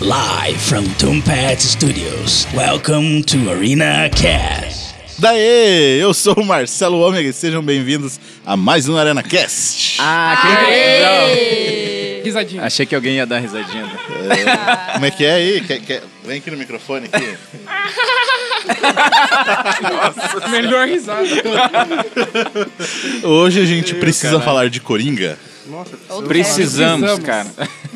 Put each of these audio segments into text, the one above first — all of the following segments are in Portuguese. Live from Tombat Studios. Welcome to Arena Cast. Daê! Eu sou o Marcelo Ômega e sejam bem-vindos a mais um Arena Cast. Ah, quem Risadinha. Achei que alguém ia dar risadinha. Como é que é aí? Quer- quer- Vem aqui no microfone aqui. Melhor risada. Hoje a gente precisa falar de Coringa. Precisamos, Precisamos. cara.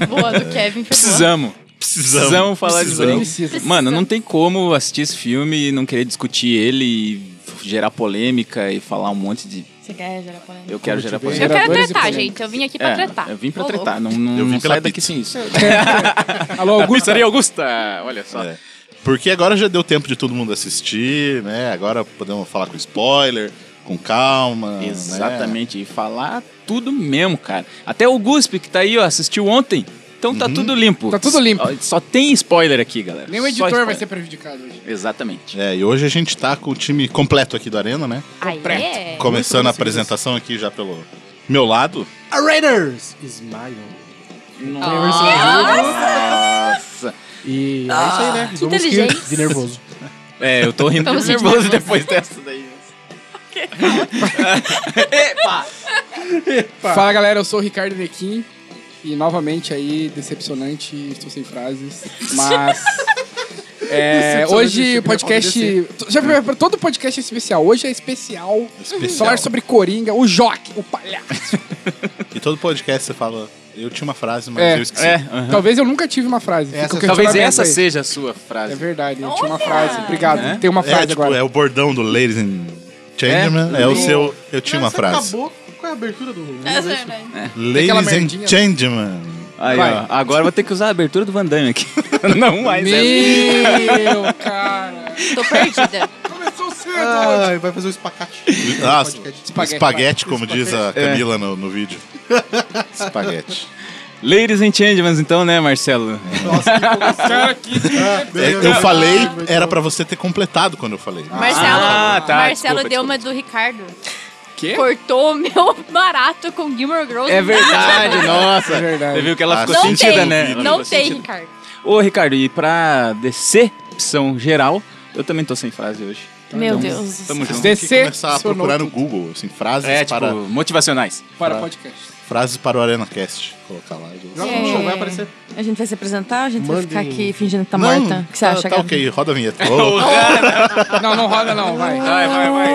Boa do Kevin. foi boa. Precisamos. Precisamos. Precisamos falar de Precisamos. Coringa. Mano, não tem como assistir esse filme e não querer discutir ele e gerar polêmica e falar um monte de. Você quer gerar polêmica? Eu quero gerar Eu polêmica. quero Geradores e tretar, polêmica. gente. Eu vim aqui pra tretar. É, eu vim pra Ô, tretar. louco. Não, não, Eu vim não pela sai daqui pizza. sem isso. Alô, A Augusta. pizzaria Augusta. Olha só. É. Porque agora já deu tempo de todo mundo assistir, né? Agora podemos falar com spoiler, com É, calma. né? Exatamente. E falar tudo mesmo, cara. Até o Guspe, que tá aí, ó, assistiu ontem. Então tá tudo limpo. Tá tudo limpo. Só- Só tem spoiler aqui, galera. Nem o Só editor vai spoiler. ser prejudicado hoje. Exatamente. É, e hoje a gente tá com o time completo aqui do Arena, né? Aí é. Começando a apresentação aqui já pelo meu lado. A Raiders Smile. Nossa. E é isso aí, né? Vamos rir inteligente. de nervoso. É, eu tô rindo Tamo de sentindo nervoso nervoso. depois dessa né? daí. Fala, galera. Eu sou o Ricardo Nequim. E novamente aí, decepcionante. Estou sem frases. Mas... é, Decepcionante, achei hoje o que ia podcast... Já foi pra todo podcast é especial. Hoje é especial. Especial. Falar sobre Coringa, o Joque, o palhaço. E todo podcast você fala, eu tinha uma frase, mas É. eu esqueci. É, aham. Talvez eu nunca tive uma frase. Essa- Fica o talvez questionamento essa aí. seja a sua É frase. verdade, eu tinha uma frase. Obrigado, tem uma É, frase tipo, agora. é o bordão do Ladies and Gentlemen. É, É. o seu. Eu tinha uma frase. acabou com a abertura do mundo. Essa é verdade. Aquela Ladies and merdinha. Gentlemen. Aí, Vai. ó, agora eu vou ter que usar a abertura do Van Damme aqui. Não mais é. Meu, cara. Tô perdida. Começou cedo. Ai, vai fazer o É, espacate. Ah, Podcast. espaguete, espaguete, É. como diz a Camila no, no vídeo. espaguete. Ladies and gentlemen, então, né, Marcelo? Nossa, que empolgação. Cara, que... É, eu um falei, era pra você ter completado quando eu falei. Marcelo, Ah, tá, Marcelo desculpa, deu uma do Ricardo. Quê? Cortou o meu barato com Gilmore Girls. É verdade, nossa. É verdade. Você viu que ela Ah, ficou Não sentida, tem, né? Ela Tá não ficou tem, sentida. Ricardo. Ô, Ricardo, e pra decepção geral, eu também tô sem frase hoje. Meu Deus. Tamo junto. Tem que começar a Decepcionou procurar no tudo. Google, assim, frases, É, tipo, para, motivacionais. Para Tá. o podcast. frases para o ArenaCast. Colocar lá. Tá Joga no chão, vai aparecer. A gente vai se apresentar ou a gente Mandem. vai ficar aqui fingindo que tá morta? o que você acha, Tá Gabi? ok, roda a vinheta. Ô, Não, não roda não, vai. Vai, vai, Ah. vai.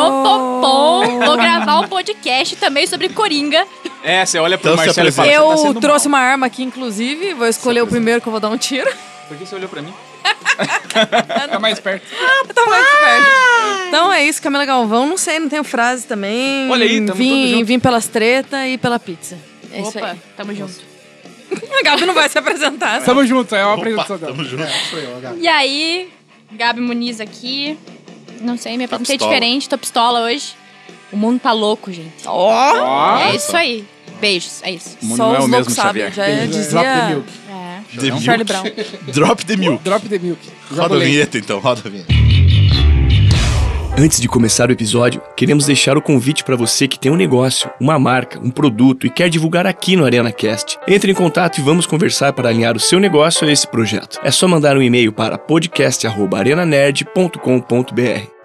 Ropopom. Vou gravar um podcast também sobre Coringa. É, você olha pro Então se Marcelo e fala, Eu "Você tá sendo trouxe uma arma aqui, inclusive. Vou escolher o primeiro que eu vou dar um tiro. mal." Por que você olhou pra mim? Tá mais perto. Tá mais perto. Então é isso, Camila Galvão. Não sei, não tenho frase também. Olha aí, tamo tudo vim, junto. vim pelas tretas e pela pizza. É isso Opa, aí. tamo junto. A Gabi não vai se apresentar. Tamo junto, é uma opa, apresentação dela. tamo junto. Sou eu, H. E aí, Gabi Muniz aqui. Não sei, me Tá apresentei pistola. diferente, tô pistola hoje. O mundo tá louco, gente. Ó, é isso aí. Beijos, é isso. O mundo não é só o os mesmo, loucos sabem. Xavier. Já dizia Drop the milk. É. The Charlie Milk. Brown. Drop the Milk. Drop the milk. Joga Roda o a leite. vinheta então, roda a vinheta. Antes de começar o episódio, queremos deixar o convite para você que tem um negócio, uma marca, um produto e quer divulgar aqui no ArenaCast. Entre em contato e vamos conversar para alinhar o seu negócio a esse projeto. É só mandar um e-mail para podcast@arenanerd.com.br.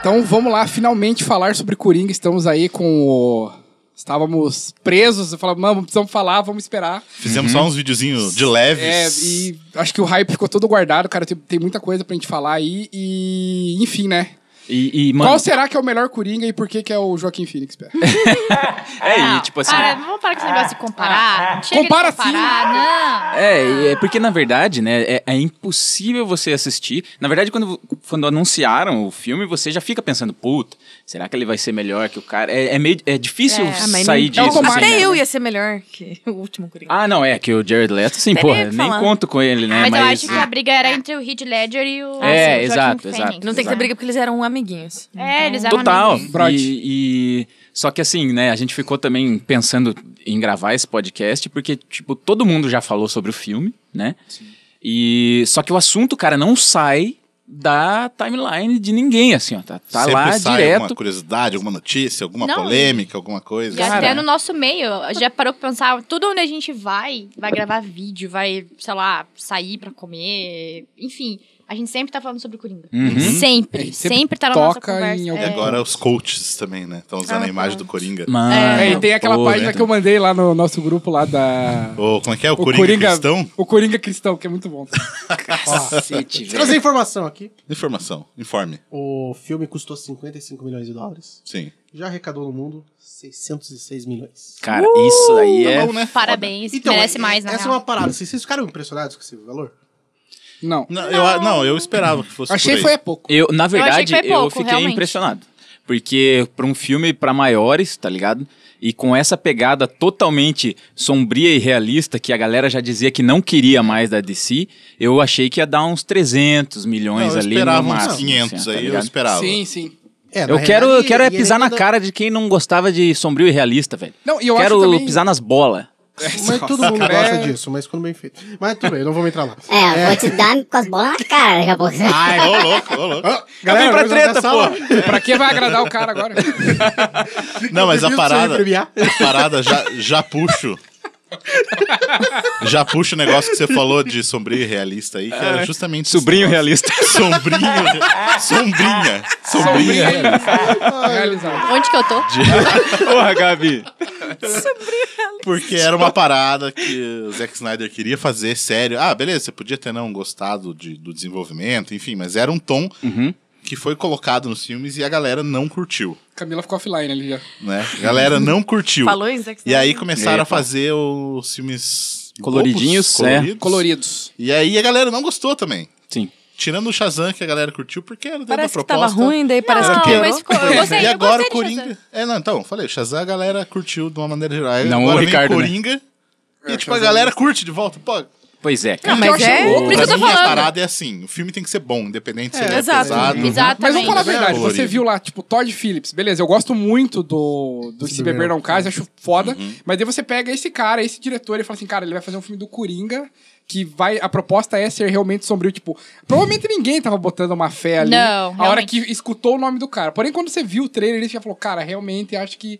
Então vamos lá, finalmente falar sobre Coringa. Estamos aí com o... Estávamos presos, eu falava, mano, precisamos falar, vamos esperar. Fizemos só uns videozinhos de É, leves. e acho que o hype ficou todo guardado, cara, tem, tem muita coisa pra gente falar aí e... Enfim, né? E, e, mano, Qual será que é o melhor Coringa e por que, que é o Joaquim Phoenix, pera? Ah. é, e, tipo assim. Para, vamos parar com esse negócio de comparar. Chega Compara de comparar, não. É, e é porque na verdade, né, é, é impossível você assistir. Na verdade, quando, quando anunciaram o filme, você já fica pensando, puta, será que ele vai ser melhor que o cara? É, é meio, é difícil É, ah, mas sair nem- disso. automático. assim, Até né? eu ia ser melhor que o último Coringa. Ah, não, é que o Jared Leto, sim, Tem porra, nem o que nem falar. conto com ele, né? Ah, mas, eu mas acho que a briga era entre o Heath Ledger e É, o. o Joaquin exato, Phoenix. exato. não tem que ter briga porque eles eram amiguinhos. É, eles eram Total. amigos. Brote. E, e- só que assim, né, a gente ficou também pensando em gravar esse podcast porque tipo todo mundo já falou sobre o filme, né? E só que o assunto, cara, não sai da timeline de ninguém assim, ó, tá, tá Sempre lá sai direto. alguma curiosidade, alguma notícia, alguma Não, polêmica, alguma coisa. E até Cara. no nosso meio, já parou pra pensar, tudo onde a gente vai, vai gravar vídeo, vai, sei lá, sair pra comer, enfim, a gente sempre tá falando sobre o Coringa. Uhum. Sempre, É, sempre sempre, tá na nossa toca conversa. em é. algum- E agora os coaches também, né? Estão usando Ah, a imagem tá. do Coringa. Mano, É, e tem aquela pô, página né? que eu mandei lá no nosso grupo lá da. Ou como é que é? O, O Coringa, Coringa- Cristão? O Coringa Cristão, que é muito bom. Cacete, velho. Trazer informação aqui. Informação, informe. O filme custou 55 milhões de dólares. Sim. Já arrecadou no mundo 606 milhões. Cara, isso Uh, aí é bom, né? Parabéns, merece é- mais, na Essa é real. uma parada. Vocês vocês ficaram impressionados com esse valor? Não. Não, Eu, não, eu esperava que fosse Achei por aí. foi é pouco. Eu, na achei verdade, que eu, foi pouco, fiquei realmente. impressionado. Porque pra um filme pra maiores, tá ligado? E com essa pegada totalmente sombria e realista que a galera já dizia que não queria mais da DC, eu achei que ia dar uns 300 milhões Não, eu ali esperava no uns máximo. 500 assim, ó, tá aí, eu ligado? esperava. Sim, sim. É, na Eu quero, eu realidade, quero é ele pisar na ainda- cara de quem não gostava de sombrio e realista, velho. Não, e eu quero acho também... pisar nas bolas. Mas todo mundo Cara, gosta é- disso, mas quando bem feito. Mas tudo bem, não vamos entrar lá. É, eu vou te dar com as bolas na cara daqui a pouco. Ô, louco, ô, louco. Galera, pra vamos jogar treta, essa aula. Pra que vai agradar o cara agora? Não, mas a prefiro parada. sem premiar. A parada já, já puxo. já puxo o negócio que você falou de sombrio e realista aí, que era justamente. Sobrinho É. realista. Sombrinho. Sombrinha. Sombrinha. Sombrinha. Realizado. Onde que eu tô? Porra, Gabi. Porque era uma parada que o Zack Snyder queria fazer sério. Ah, beleza, você podia ter não gostado de- do desenvolvimento, enfim, mas era um tom Uhum. que foi colocado nos filmes e a galera não curtiu. Camila ficou offline ali já. Né? A galera não curtiu. Falou é em Zack E aí Snyder? começaram Eita. a fazer os filmes Coloridinhos, bobos, é. coloridos. Coloridos. E aí a galera não gostou também. Sim. Tirando o Shazam que a galera curtiu porque era dentro Parece da que tava proposta. ruim, né? daí parece Não, é que piorou. mas ficou- eu gostei, e eu agora o gostei de Coringa. É, não, então, falei, o Shazam a galera curtiu de uma maneira geral. Aí Não, agora o Ricardo, vem né? o Coringa. E tipo, a galera curte de volta. Pô, Pois é, cara. Não, mas é... Por isso que eu pra tô mim a falando. parada é assim: o filme tem que ser bom, independente se É, ele é exato. pesado. Exatamente. Mas vamos falar a verdade. Colorido. Você viu lá, tipo, Todd Phillips. Beleza, eu gosto muito do, do Se Beber Não Case, acho foda. Uhum. Mas daí você pega esse cara, esse diretor, e fala assim, cara, ele vai fazer um filme do Coringa, que vai... A proposta é ser realmente sombrio. Tipo, provavelmente ninguém tava botando uma fé ali. Não, A hora realmente. que escutou o nome do cara. Porém, quando você viu o trailer, ele já falou, cara, realmente acho que...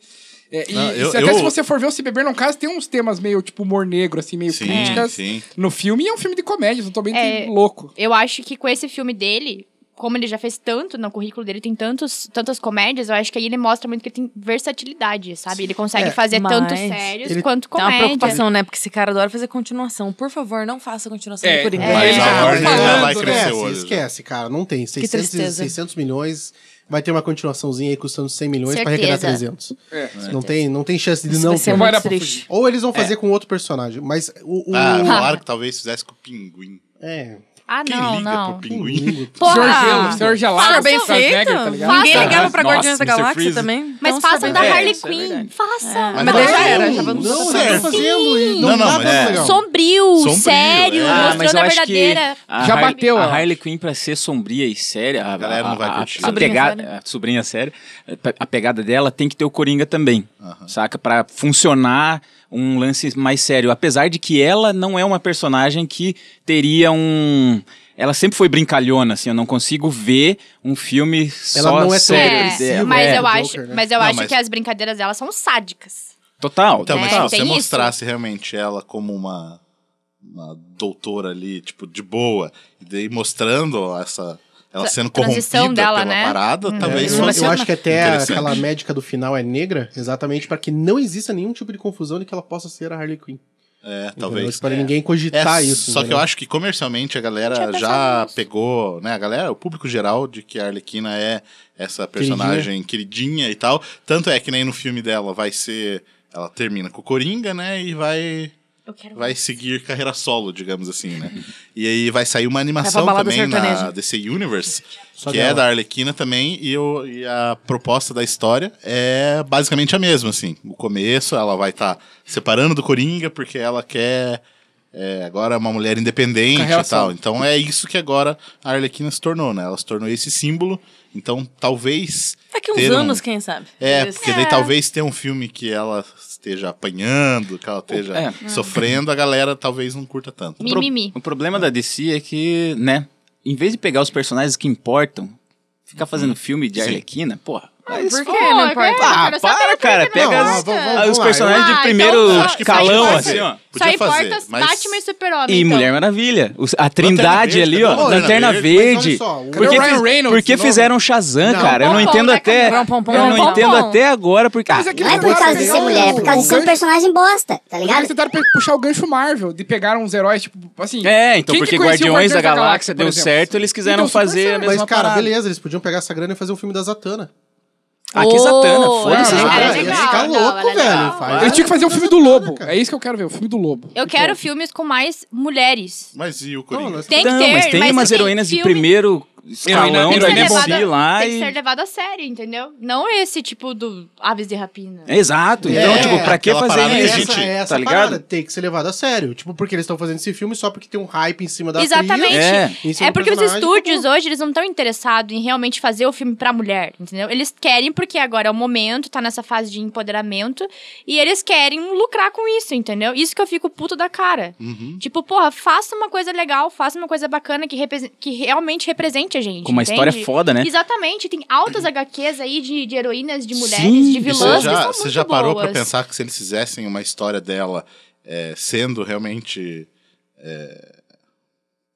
é, e Não, eu- se- até eu- se você for ver o Se Beber Não Case, tem uns temas meio, tipo, humor negro, assim, meio Sim, críticas sim. no filme. E é um filme de comédia, totalmente É. louco. Eu acho que com esse filme dele, como ele já fez tanto no currículo dele, tem tantos, tantas comédias, eu acho que aí ele mostra muito que ele tem versatilidade, sabe? Ele consegue É, fazer mas tanto sérios ele quanto Dá uma comédia. preocupação, né? Porque esse cara adora fazer continuação. Por favor, não faça continuação É, do Coringa. mas Mas Ele já Ah, a tá Warner já falando, vai né? crescer Esquece, hoje. assim, esquece, cara. Não tem. 600, e- tristeza. 600 milhões. Vai ter uma continuaçãozinha aí custando 100 milhões pra Certeza. arrecadar 300. É. Não, tem, não tem chance de Isso não vai ser ter. vai dar muito pra triste. Ou É. eles vão fazer com outro personagem. Mas o. o- Ah, falaram que talvez fizesse com o pinguim. É. Ah, Quem não, liga não. pro pinguim? Senhor Porra! Gelo, Senhor Gelado, Faça bem Schwarzenegger, feito. tá ligado? Ninguém Faça. ligava pra Nossa, Guardiões da Mr. Galáxia Freeze. também. Mas Então, façam sabe- da É, Harley isso é Quinn. verdade. façam. Mas daí já era, já vamos Não, certo. tá fazendo e Não, não, não, dá mas pra um é. ser legal. Sombrio, Sombrio, sério, é. Ah, mas mostrando eu a acho verdadeira. que a Já Harley- bateu, A ó. Harley Quinn, pra ser sombria e séria, a, galera não vai a- a- curtir. a Sobrinha pegada, séria. a sobrinha séria, a- a pegada dela tem que ter o Coringa também, saca? Pra funcionar um lance mais sério. Apesar de que ela não é uma personagem que teria um... Ela sempre foi brincalhona, assim, eu não consigo ver um filme Ela só não é tão sério. depressiva, É, Depressivo, mas é, eu Joker, acho, né? mas eu Não, acho mas- que as brincadeiras delas são sádicas. Total. Então, mas É, se você tem isso. mostrasse realmente ela como uma, uma doutora ali, tipo, de boa, e daí mostrando essa. Ela Essa sendo transição corrompida dela, pela né? parada, talvez É, Eu, fosse. eu acho que até Interessante. aquela médica do final é negra, exatamente pra que não exista nenhum tipo de confusão de que ela possa ser a Harley Quinn. É, Entendeu? talvez. Pra ninguém cogitar É, isso. Só que entendeu? eu acho que comercialmente a galera Tinha pensado já nisso. pegou, né? A galera, o público geral de que a Arlequina é essa personagem queridinha e tal. Tanto é que nem no filme dela vai ser. Ela termina com o Coringa, né? E vai, Eu quero vai seguir carreira solo, digamos assim, né? E aí vai sair uma animação balada também na sertaneja. DC Universe, Só que é dela. da Arlequina também. E, eu, e a proposta da história é basicamente a mesma, assim. O começo, ela vai estar separando do Coringa porque ela quer. É, agora é uma mulher independente Carreira e tal. solo. Então é isso que agora a Arlequina se tornou, né? Ela se tornou esse símbolo. Então talvez. Daqui uns ter um- anos, quem sabe? É, Isso. porque daí talvez tenha um filme que ela esteja apanhando, que ela esteja É. sofrendo, a galera talvez não curta tanto. pro- mimimi. O problema da DC é que, né, em vez de pegar os personagens que importam, ficar fazendo filme de Sim. Arlequina, porra. mas- Por Pô, que não eu importa? Ah, quero- eu quero saber para, por que cara, que não pega as- importa. Vamos- vamos- Ah, os vamos lá, personagens eu- de Ah, primeiro então Acho que calão, podia assim, fazer. ó. Só Podia fazer, importa mas- Batman e Super-Homem. E então. Mulher Maravilha. Os- A trindade ali, ó. Verde, Lanterna Lanterna Verde. Verde, mas olha só, o- Por que, Cadê o Ryan fiz- Reynolds por que de novo? fizeram Shazam, Não. cara? Eu não Pom-pom, entendo né, até. cara? Pom-pom, Eu não pom-pom. entendo até agora porque. ah, Mas aquele Não é por negócio, causa de ser pegaram mulher, é por causa o de ser um gancho- personagem bosta, tá Eles ligado? tentaram pe- puxar o gancho Marvel, de pegar uns heróis, tipo, assim... É, então quem que porque conhecia o Guardiões da Guardiões Galáxia por deu exemplo? certo, eles quiseram Então, super fazer a é certo. mesma Mas, cara, parada. beleza, eles podiam pegar essa grana e fazer um filme da Zatanna. Ah, que Zatanna, Oh, foda-se. não, cara. era Ia legal, ficar não, louco, era legal. velho. Faz- Eles tinham que fazer o filme do Zatanna, Lobo. cara. É isso que eu quero ver, o filme do Lobo. Então, Eu quero filmes com mais mulheres. Mas e o Não, Coringa? nós- Tem que Não, ter, mas tem umas assim, heroínas de filme primeiro escalão tem Heroína que da ser Heroína DC levado- lá Tem que ser e. levado a sério, entendeu? Não esse tipo do Aves de Rapina. Exato, então, É, tipo, pra que aquela fazer parada É que a isso? gente- essa, é essa tá ligado? parada, tem que ser levado a sério. Tipo, porque eles estão fazendo esse filme só porque tem um hype em cima da Exatamente. atriz, É. em cima É um do porque os personagem, tá estúdios hoje, eles não estão interessados em realmente fazer o filme pra mulher, entendeu? Eles querem porque agora é o momento, tá nessa fase de empoderamento, e eles querem lucrar com isso, entendeu? Isso que eu fico puto da cara. Uhum. Tipo, porra, faça uma coisa legal, faça uma coisa bacana que, represen- que realmente represente a gente, Com uma entende? história foda, né? Exatamente, tem altas HQs aí de, de heroínas, de mulheres, Sim, de e vilãs Você que já, são você muito já parou boas. pra pensar que se eles fizessem uma história dela é, sendo realmente. é,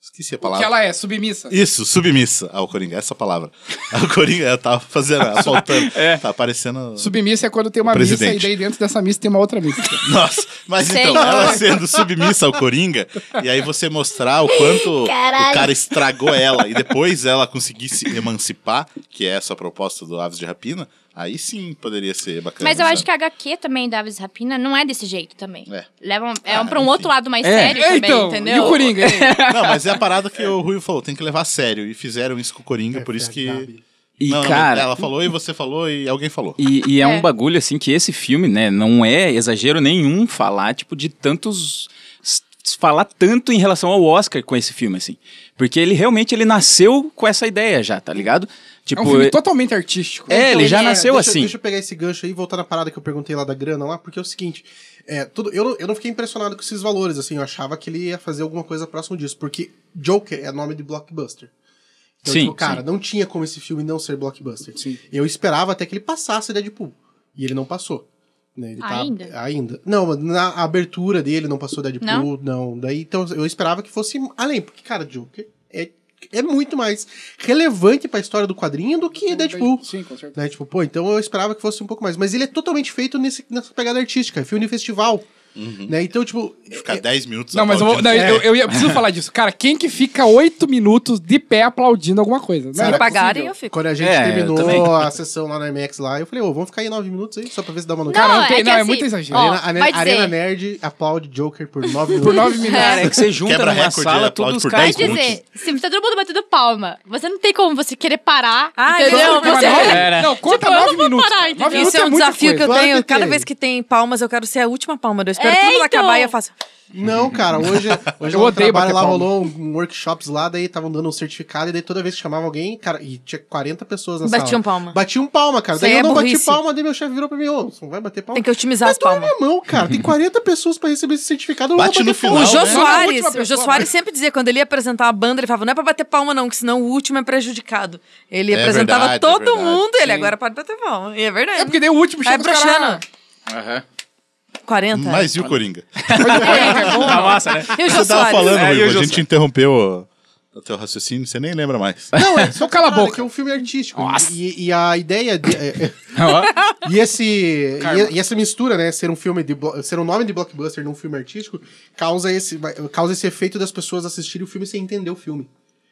Esqueci a Que palavra. ela é submissa. Isso, submissa ao Coringa, essa palavra. Ao Coringa, ela tava fazendo, ela faltando. Tá aparecendo. Submissa é quando tem uma O missa e presidente. daí dentro dessa missa tem uma outra missa. É um Nossa, mas Sei. então, ela sendo submissa ao Coringa, e aí você mostrar o quanto Caralho. o cara estragou ela e depois ela conseguir se emancipar, que é essa a proposta do Aves de Rapina, aí sim poderia ser bacana. Mas eu sabe? acho que a HQ também da Aves Rapina não é desse jeito também. É. Levam, é Ah, um, pra um enfim. outro lado mais É. sério também, então, entendeu? e o Coringa? hein? Não, mas é a parada que o Rui falou, tem que levar a sério. E fizeram isso com o Coringa, por isso que. E, Não, não, cara, ela falou e você falou e alguém falou. E, e é, É. um bagulho, assim, que esse filme, né, não é exagero nenhum falar, tipo, de tantos... s- Falar tanto em relação ao Oscar com esse filme, assim. Porque ele realmente, ele nasceu com essa ideia já, tá ligado? É Tipo... um filme é- totalmente artístico. é, ele já É, nasceu deixa, assim. Deixa eu pegar esse gancho aí e voltar na parada que eu perguntei lá da grana lá, porque é o seguinte, é, tudo, eu, não, eu não fiquei impressionado com esses valores, assim, eu achava que ele ia fazer alguma coisa próximo disso, porque Joker é nome de blockbuster. Então, Sim, tipo, cara, sim. não tinha como esse filme não ser blockbuster. Sim. Eu esperava até que ele passasse Deadpool, e ele não passou. né, ele tá- Ainda? ainda. Não, mas na abertura dele não passou Deadpool, não. Não? Daí, então, eu esperava que fosse além, porque, cara, Joker é, é muito mais relevante pra história do quadrinho do que Deadpool. Sim, com certeza. Né? Tipo, pô, então eu esperava que fosse um pouco mais. Mas ele é totalmente feito nesse, nessa pegada artística, é filme de festival. Uhum. Né? Então, tipo. Ficar 10 minutos Não, mas eu, vou, não, aplaudindo. eu, eu, ia- preciso falar disso. Cara, quem que fica oito minutos de pé aplaudindo alguma coisa? Não, Se não me é pagarem, eu possível. fico. Quando a gente É, eu também. terminou a sessão lá na IMAX lá, eu falei, ô, vamos ficar aí nove minutos aí, só pra ver se dá uma Cara, notícia. não é tem- que não, é assim, muito exagero. ó, Arena, Arena- vai dizer. Arena Nerd aplaude Joker por nove minutos. Por nove minutos. Cara, é que você junta Quebra numa recorde, sala aplaude todos os por caras... Vai 10 minutos. dizer, se tá todo mundo batendo palma, você não tem como você querer parar, Ah, entendeu? eu vou Você- é- parar. Não, não, conta Tipo, eu nove não vou minutos. parar, cara. entendeu? nove minutos Isso é um muita desafio que eu coisa. Claro tenho. que Cada tem. vez que tem palmas, eu quero ser a última palma. Eu espero É, tudo então. acabar e eu faço. Não, cara, hoje, hoje Eu lá no odeio trabalho bater lá palma. rolou um workshops lá, daí estavam dando um certificado, e daí toda vez que chamava alguém, cara, e tinha 40 pessoas na Batiam sala. palma. Batiam palma, cara. Isso Daí aí eu é não bati burrice. palma, daí meu chefe virou pra mim, ô, você não vai bater palma? Tem que otimizar Mas as palmas. na mão, cara. Tem 40 pessoas pra receber esse certificado. eu não Bate vou no bater final, palma. O Jô né? Soares, Não, é a última o Jô pessoa, Soares sempre dizia, quando ele ia apresentar a banda, ele falava, não é pra bater palma não, que senão o último é prejudicado. Ele É apresentava verdade, é todo verdade, mundo, ele sim. agora pode bater palma. E é verdade. É porque deu o último Aí chama os broxando. caras- 40. É, Mas e o Coringa? É. Tá massa, né? E o Jô Você tava Soares? falando, É, e Rui, o a Jô gente interrompeu do teu raciocínio, você nem lembra mais. Não, é só cala a Cara, boca. que é um filme artístico. Nossa. E, e a ideia de, é- é- Ó, e esse Karma. e, e essa mistura, né, ser um filme de blo- ser um nome de blockbuster num filme artístico causa esse vai- causa esse efeito das pessoas assistirem o filme sem entender o filme.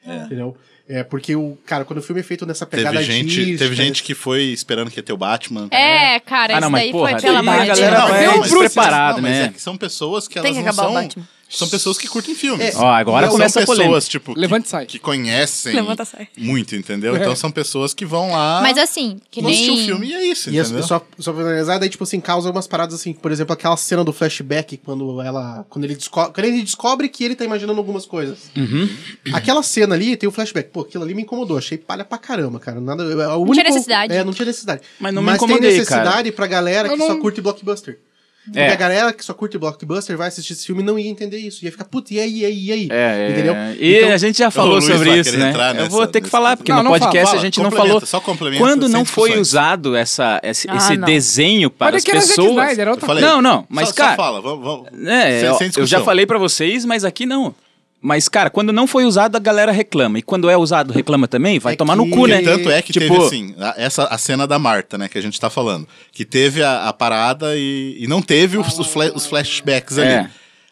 Entendeu? É porque o cara, quando o filme é feito nessa pegada Teve gente, artística, teve gente que foi esperando que ia ter o Batman. É, Ah, cara, isso não, mas daí porra, foi pela daí a morte. galera Não, vai- viu? mas- despreparado, não, mas né? é que são pessoas que elas Tem que não acabar o são... Batman. São pessoas que curtem filmes. É. Ó, agora Não começa a são polêmica. pessoas, tipo, que- Levanta e sai. que conhecem Levanta, sai. muito, entendeu? É. Então são pessoas que vão lá, Mas assim, que vão Ah. assistir o nem... filme e é isso, E as- entendeu? só, só pra finalizar, daí, tipo assim, causa umas paradas assim, por exemplo, aquela cena do flashback, quando ela. Quando ele, desco- quando ele descobre que ele tá imaginando algumas coisas. Uhum. Aquela cena ali tem o flashback. Pô, aquilo ali me incomodou, achei palha pra caramba, cara. Nada, é o único- necessidade. É, não tinha necessidade. Mas não me tem incomodei, necessidade pra galera Eu que só não- curte blockbuster. Porque É. a galera que só curte blockbuster vai assistir esse filme e não ia entender isso. Ia ficar, puta, e aí, e aí, e aí? É, Entendeu? é. E Então- a gente já O falou Luiz sobre vai isso, querer né? entrar eu nessa- vou ter que nesse- falar, porque Não, no não fala, podcast fala, a gente não complementa, falou. só complementa, Quando sem não foi discussões. usado essa, esse, Ah, esse não. desenho para Olha as que era Zack pessoas. Snyder, era outra Eu falei, Não, não, mas, só, Só cara- fala, vamos... vamos É, sem, eu, sem eu já discussão. falei pra vocês, mas aqui não. Mas, cara, quando não foi usado, a galera reclama. E quando é usado, reclama também? Vai É tomar que- no cu, Porque né? tanto é que tipo, teve, assim, a, essa, a cena da Marta, né, que a gente tá falando. Que teve a, a parada e, e não teve os, os fla- os flashbacks É. ali.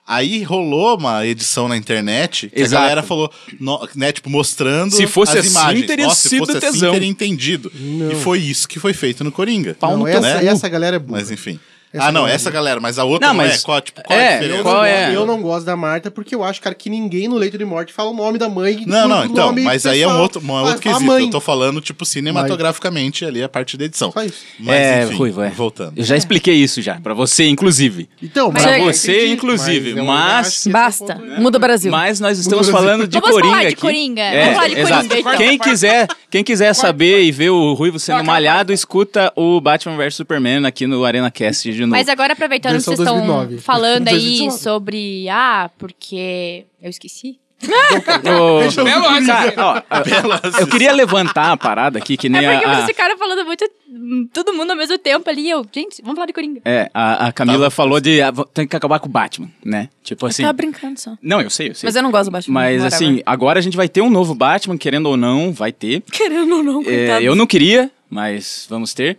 Aí rolou uma edição na internet que a Exato. galera falou, no- né, tipo, mostrando Se fosse as assim, imagens. teria Nossa, se sido fosse tesão. assim, teria entendido. E foi isso que foi feito no Coringa. né? Pau Não, no teu essa, cu. essa galera é burra. Mas enfim. Essa ah, não, galera é essa galera, mas a outra Não, não, mas- é. Qual, tipo, qual é, a diferença? qual é? Eu não gosto da Marta porque eu acho, cara, que ninguém no leito de morte fala o nome da mãe. Não, o não, então, nome mas aí é um pessoal. outro, uma Ah, outro fala quesito. mãe. Eu tô falando, tipo, cinematograficamente ali a parte da edição. Só isso. Mas, é, enfim, Ruivo, é. voltando. Eu já expliquei isso já, pra você, inclusive. Então, Pra mas- você, entendi. inclusive, eu mas- acho que esse é um Basta. ponto- Muda o Brasil. Mas nós estamos falando de Vamos Coringa falar de aqui. Coringa. É, Vamos falar de exato. Coringa, então. Quem quiser, quem quiser saber e ver o Ruivo sendo Quarta, malhado, escuta o Batman vs Superman aqui no Arena Cast de novo. Mas agora, aproveitando que Versão vocês estão 2009. falando aí 2019. sobre... Ah, porque... Eu esqueci. Ô, Belo áudio. cara, ó, eu- eu queria levantar a parada aqui, que nem é porque a- a- vocês ficaram falando muito... hum, Todo mundo ao mesmo tempo ali. Eu, gente, vamos falar de Coringa. É, a, a Camila falou de ah, vo- tem que acabar com o Batman, né? Tipo assim. Tá Tava brincando só. Não, eu sei, eu sei. Mas eu não gosto do Batman. Mas, whatever. assim, agora a gente vai ter um novo Batman, querendo ou não, vai ter. Querendo ou não, É, coitado. eu não queria, mas vamos ter.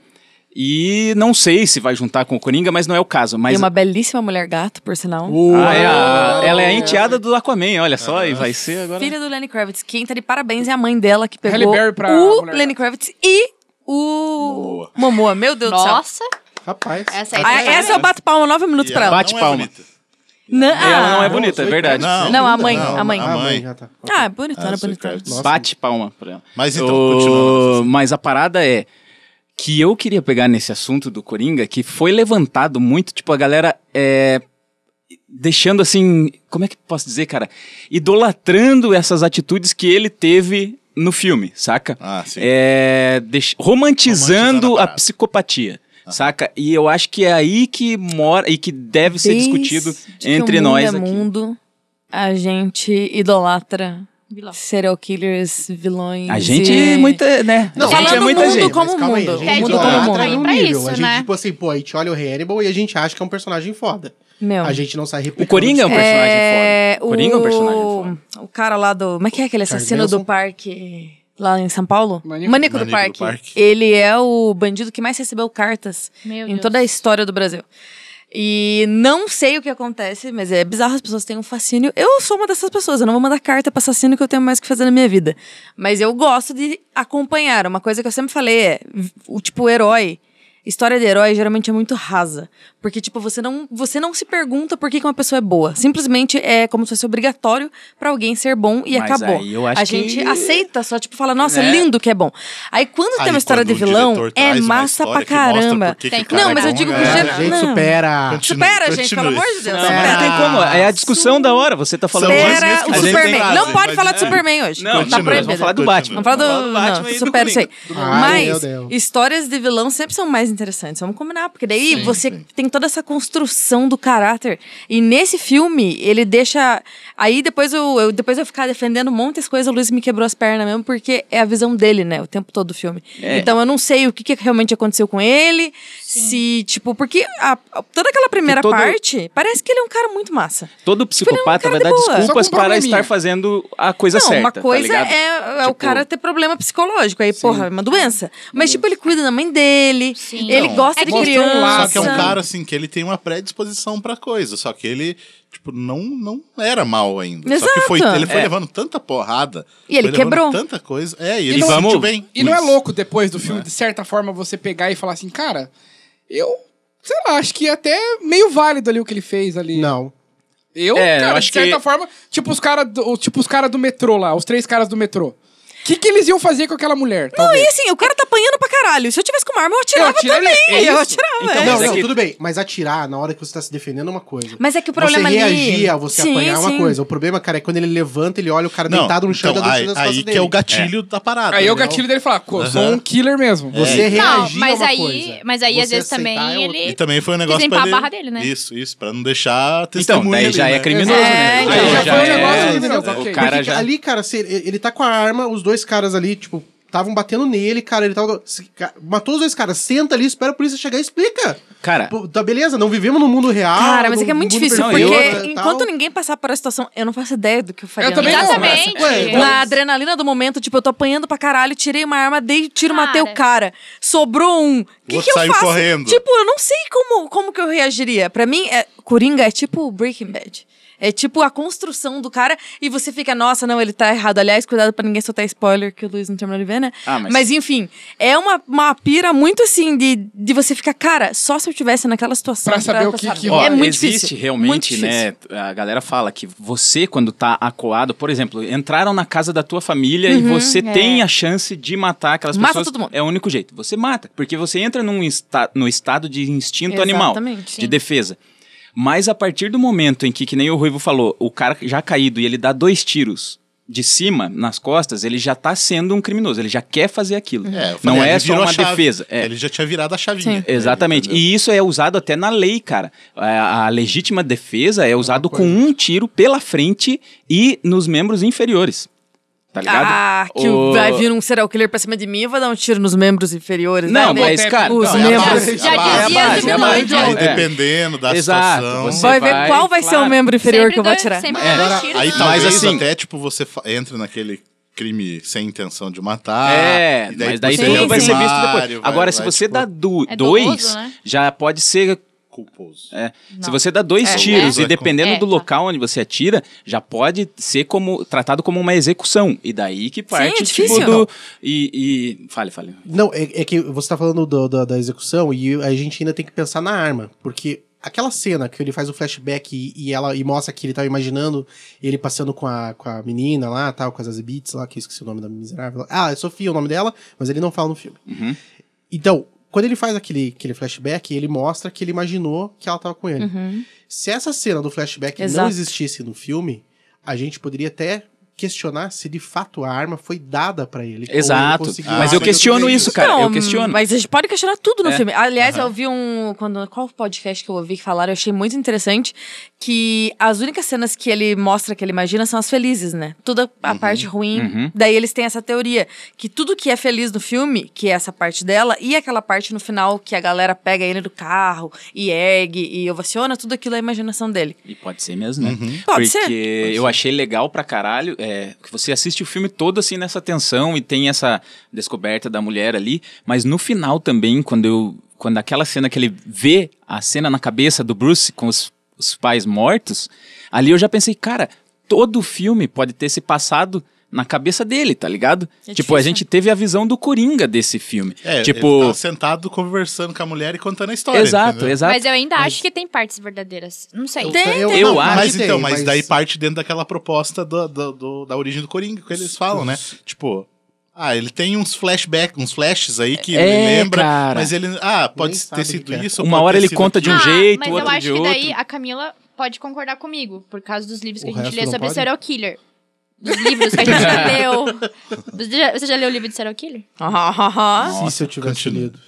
E não sei se vai juntar com o Coringa, mas não é o caso. E Mas uma belíssima mulher gato, por sinal. Ah, é a- ela é a enteada do Aquaman, olha só, e vai ser agora. Filha do Lenny Kravitz. Quem tá de parabéns é a mãe dela que pegou Halle Berry pra o mulher Lenny Kravitz e o Momoa. Meu Deus do céu. Nossa, Rapaz. essa aí... Ah, tá- essa eu bato palma nove minutos E pra ela ela. Bate não é palma. bonita. Não, Ela não é ah, bonita, é verdade. Não, Não, a mãe, não, a mãe. a mãe. já tá. Ah, é bonitona, Ah, é Zoe bonitona. Kravitz. Bate palma pra ela. Mas então, Ô, continuando. Mas a parada é que eu queria pegar nesse assunto do Coringa, que foi levantado muito, tipo, a galera é, deixando assim, como é que posso dizer, cara? Idolatrando essas atitudes que ele teve no filme, saca? Ah, sim. É, deix- romantizando Romantizando a a parada. psicopatia. Saca? E eu acho que é aí que mora e que deve ser é discutido Desde que entre o mundo nós é aqui. mundo, a gente idolatra Vilão. serial killers, vilões. A gente e... é muita, né? Não, a gente é falando muita mundo gente. como Mas calma aí, a mundo. gente Pede idolatra como num mundo. pra tá nível. isso, a gente, né? tipo assim, pô, a gente olha o Hannibal e a gente acha que é um personagem foda. Meu. A gente não sai repetindo. O Coringa é um personagem É, foda. O Coringa é um personagem foda. O cara lá do. Como é que é aquele Charles assassino Manson? do parque lá em São Paulo? Maníaco. Maníaco do, Maníaco do parque. Parque. Ele é o bandido que mais recebeu cartas Meu em Deus. toda a história do Brasil. E não sei o que acontece, mas é bizarro, as pessoas têm um fascínio. Eu sou uma dessas pessoas, eu não vou mandar carta pra assassino que eu tenho mais o que fazer na minha vida. Mas eu gosto de acompanhar. Uma coisa que eu sempre falei é: o tipo herói. História de herói geralmente é muito rasa. Porque, tipo, você não, você não se pergunta por que, que uma pessoa é boa. Simplesmente é como se fosse obrigatório pra alguém ser bom e Mas acabou. aí eu acho a que- gente aceita, só, tipo, fala, nossa, Né? lindo que é bom. Aí quando tem Aí, uma história de quando o vilão, diretor é traz uma massa pra história que mostra caramba. por que que Tem o que- cara Não, é mas eu bom, digo né? que É, já- a gente não. supera. Continua, Supera, gente, continua. pelo amor de Deus. Não, mas não supera. tem como. É a discussão da hora. Você tá falando Supera disso, mas o a gente tem- Superman. frase, não pode mas falar é. de Superman hoje. Não, tá continua, não, vamos proibido. falar do Batman. Vamos falar do, Vamos falar do Batman não, e do supera isso aí. Coringa. Ah, meu Mas Deus. histórias de vilão sempre são mais interessantes. Vamos combinar, porque daí Sim, você sim. tem toda essa construção do caráter. E nesse filme, ele deixa. Aí depois eu, eu- depois eu ficar defendendo um monte de coisas, o Luiz me quebrou as pernas mesmo, porque é a visão dele, né? O tempo todo do filme. É. Então eu não sei o que, que realmente aconteceu com ele. Se, tipo, porque a- a- toda aquela primeira todo- parte parece que ele é um cara muito massa. Todo psicopata é um cara vai de dar boa. desculpas Só com um para probleminha. estar fazendo a coisa não, certa. uma tá coisa ligado? é, é o Tipo, cara ter problema psicológico. Aí, porra, é uma doença. Mas, tipo, ele cuida da mãe dele. Sim. Ele Então, gosta é de que- criança. Mostrou um lado. Só que é um Sim. cara, assim, que ele tem uma predisposição pra coisa. Só que ele, tipo, não, não era mal ainda. Só que foi, Exato. ele foi É. levando tanta porrada. E ele foi levando quebrou. Tanta coisa. É, e ele não- se sentiu vamos- bem. E não é Mas- louco depois do É. filme, de certa forma, você pegar e falar assim, cara, eu, sei lá, acho que é até meio válido ali o que ele fez ali. Não. Eu, É, cara, eu acho de certa que- forma, tipo os caras do, tipo os cara do metrô lá, os três caras do metrô. O que, que eles iam fazer com aquela mulher? Não, talvez? e assim, o cara tá apanhando pra caralho. Se eu tivesse com uma arma, eu atirava Eu atiraria, também. é eu isso. atirava. Então, é. não, mas é não, que- tudo bem. Mas atirar na hora que você tá se defendendo é uma coisa. Mas é que o problema você ali... reagir a você Sim, apanhar é uma sim. coisa. O problema, cara, é quando ele levanta, ele olha o cara tá deitado no chão então, e dá aí, dor nas aí costas que dele. é o gatilho da parada. Aí é o entendeu? gatilho dele falar, "Pô, sou um Aham. killer mesmo. Você É. reagir Não, a mas uma aí, coisa. mas aí às Você vezes também aceitar é outra. ele E também foi um negócio limpar pra a ele... barra dele, né? Isso, isso. Pra não deixar testemunha Então, daí ali, já né? é criminoso, É, né? então. Aí já, Já foi um negócio é- criminoso, ok. O cara Porque já... Ali, cara, se ele, ele tá com a arma, os dois caras ali, tipo, estavam batendo nele, cara, ele tava. se- ca- matou os dois caras, senta ali, espera a polícia chegar e explica. Cara, Pô, tá beleza, não vivemos no mundo real. É. Cara, mas é num que é muito mundo difícil, perfeito, porque perfeito, tal. enquanto ninguém passar por a situação, eu não faço ideia do que eu faria. Eu também né? não, mas- Exatamente. é Ué, então- Na adrenalina do momento, tipo, eu tô apanhando pra caralho, tirei uma arma, dei tiro, Cara. matei o cara. Sobrou um. O que, outro que eu saiu faço? correndo. Tipo, eu não sei como, como que eu reagiria. Pra mim, é- Coringa é tipo Breaking Bad. É tipo a construção do cara e você fica, nossa, não, ele tá errado. Aliás, cuidado pra ninguém soltar spoiler que o Luiz não terminou de ver, né? Ah, mas- enfim, é uma, uma pira muito assim de, de você ficar, cara, só se eu tivesse naquela situação. Pra saber o que que Ó, É muito existe difícil. realmente, Muito difícil. né? A galera fala que você, quando tá acoado, por exemplo, entraram na casa da tua família e você tem a chance de matar aquelas Uhum, é. Mata pessoas. todo mundo. É o único jeito. Você mata. Porque você entra num esta- no estado de instinto animal, Exatamente. de defesa. Mas a partir do momento em que, que nem o Ruivo falou, o cara já caído e ele dá dois tiros de cima, nas costas, ele já tá sendo um criminoso. Ele já quer fazer aquilo. É, eu falei, Não é ele só virou a uma chave. defesa. É. Ele já tinha virado a chavinha. Exatamente. É, Entendeu? E isso é usado até na lei, cara. É, A, a legítima defesa é usado com um tiro pela frente e nos membros inferiores. Tá ligado? Ah, que O- vai vir um serial killer pra cima de mim e vai dar um tiro nos membros inferiores. Não, né? mas, cara, Os Não, é a membros. base, Já a base, dizia a base, Zumbi a base. Land. Aí É. dependendo da Exato, situação. você- Vai ver vai- qual vai ser claro. o membro inferior sempre que eu vou dois- atirar. sempre É. dois Agora, tiros, Aí né? talvez Mas assim- até, tipo, você fa- entra naquele crime sem intenção de matar. é, e mas daí você tudo é não vai ser visto primário, depois. vai- Agora, se vai, você tipo, dá do, É dois, doloso, né? já pode ser. Culposo. é, se Não. você dá dois É. tiros É. e dependendo É, do tá. local onde você atira, já pode ser como tratado como uma execução. E daí que parte difícil. tipo, do. E, e- Fale, fale. Não, é, é que você tá falando do- da- da execução e a gente ainda tem que pensar na arma, porque aquela cena que ele faz o flashback e, e ela e mostra que ele tava imaginando ele passando com a, com a menina lá, tal, com as Azibits lá, que eu esqueci o nome da miserável. Ah, é Sofia o nome dela, mas ele não fala no filme. Então, quando ele faz aquele, aquele flashback, ele mostra que ele imaginou que ela tava com ele. Se essa cena do flashback não Exato. existisse no filme, a gente poderia até questionar se de fato a arma foi dada pra ele. ou ele Exato. conseguiu Mas arma eu de questiono outro isso, jeito. cara. Não, eu questiono. Mas a gente pode questionar tudo no É. filme. Aliás, eu vi um. Quando, qual podcast que eu ouvi que falaram? Eu achei muito interessante que as únicas cenas que ele mostra, que ele imagina, são as felizes, né? Toda a Uhum. parte ruim. Daí eles têm essa teoria que tudo que é feliz no filme, que é essa parte dela, e aquela parte no final que a galera pega ele do carro e ergue e ovaciona, tudo aquilo é a imaginação dele. E pode ser mesmo, Uhum. né? Porque Pode ser. eu achei legal pra caralho é, que você assiste o filme todo assim nessa tensão e tem essa descoberta da mulher ali, mas no final também, quando eu. Quando aquela cena que ele vê a cena na cabeça do Bruce com os, os pais mortos, ali eu já pensei, cara, todo filme pode ter se passado na cabeça dele, tá ligado? É tipo, a difícil. gente teve a visão do Coringa desse filme. É, ele tipo, tava sentado conversando com a mulher e contando a história. exato, entendeu? exato. Mas eu ainda acho que tem partes verdadeiras. Não sei. Tem, Eu, Eu não, acho. Mas tem, então, mas, daí parte dentro daquela proposta do- do- do- da origem do Coringa, que eles falam, né? Tipo, ah, ele tem uns flashbacks, uns flashes aí que É, ele lembra, cara. mas ele. Ah, pode Nem sabe ter o que sido que é. isso. ou Uma pode hora ter ele sido conta de um Ah, jeito, mas eu outra acho de que daí outro. a Camila pode concordar comigo, por causa dos livros que O a gente resto lê não sobre pode? serial killer. Dos livros que a gente já leu. Você já, você já leu o livro de serial killer? Aham. Se, se eu tivesse lido.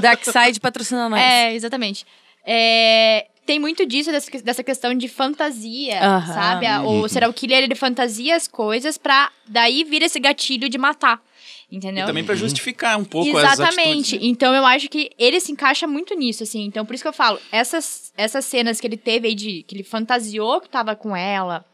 Darkseid patrocina nós. É, exatamente. É, tem muito disso, dessa, que- dessa questão de fantasia, Aham. sabe? A- Uhum. O serial killer, ele fantasia as coisas pra daí vir esse gatilho de matar, entendeu? E também pra justificar um pouco as Exatamente. atitudes. né? Então eu acho que ele se encaixa muito nisso, assim. Então por isso que eu falo, essas, essas cenas que ele teve aí de que ele fantasiou que tava com ela,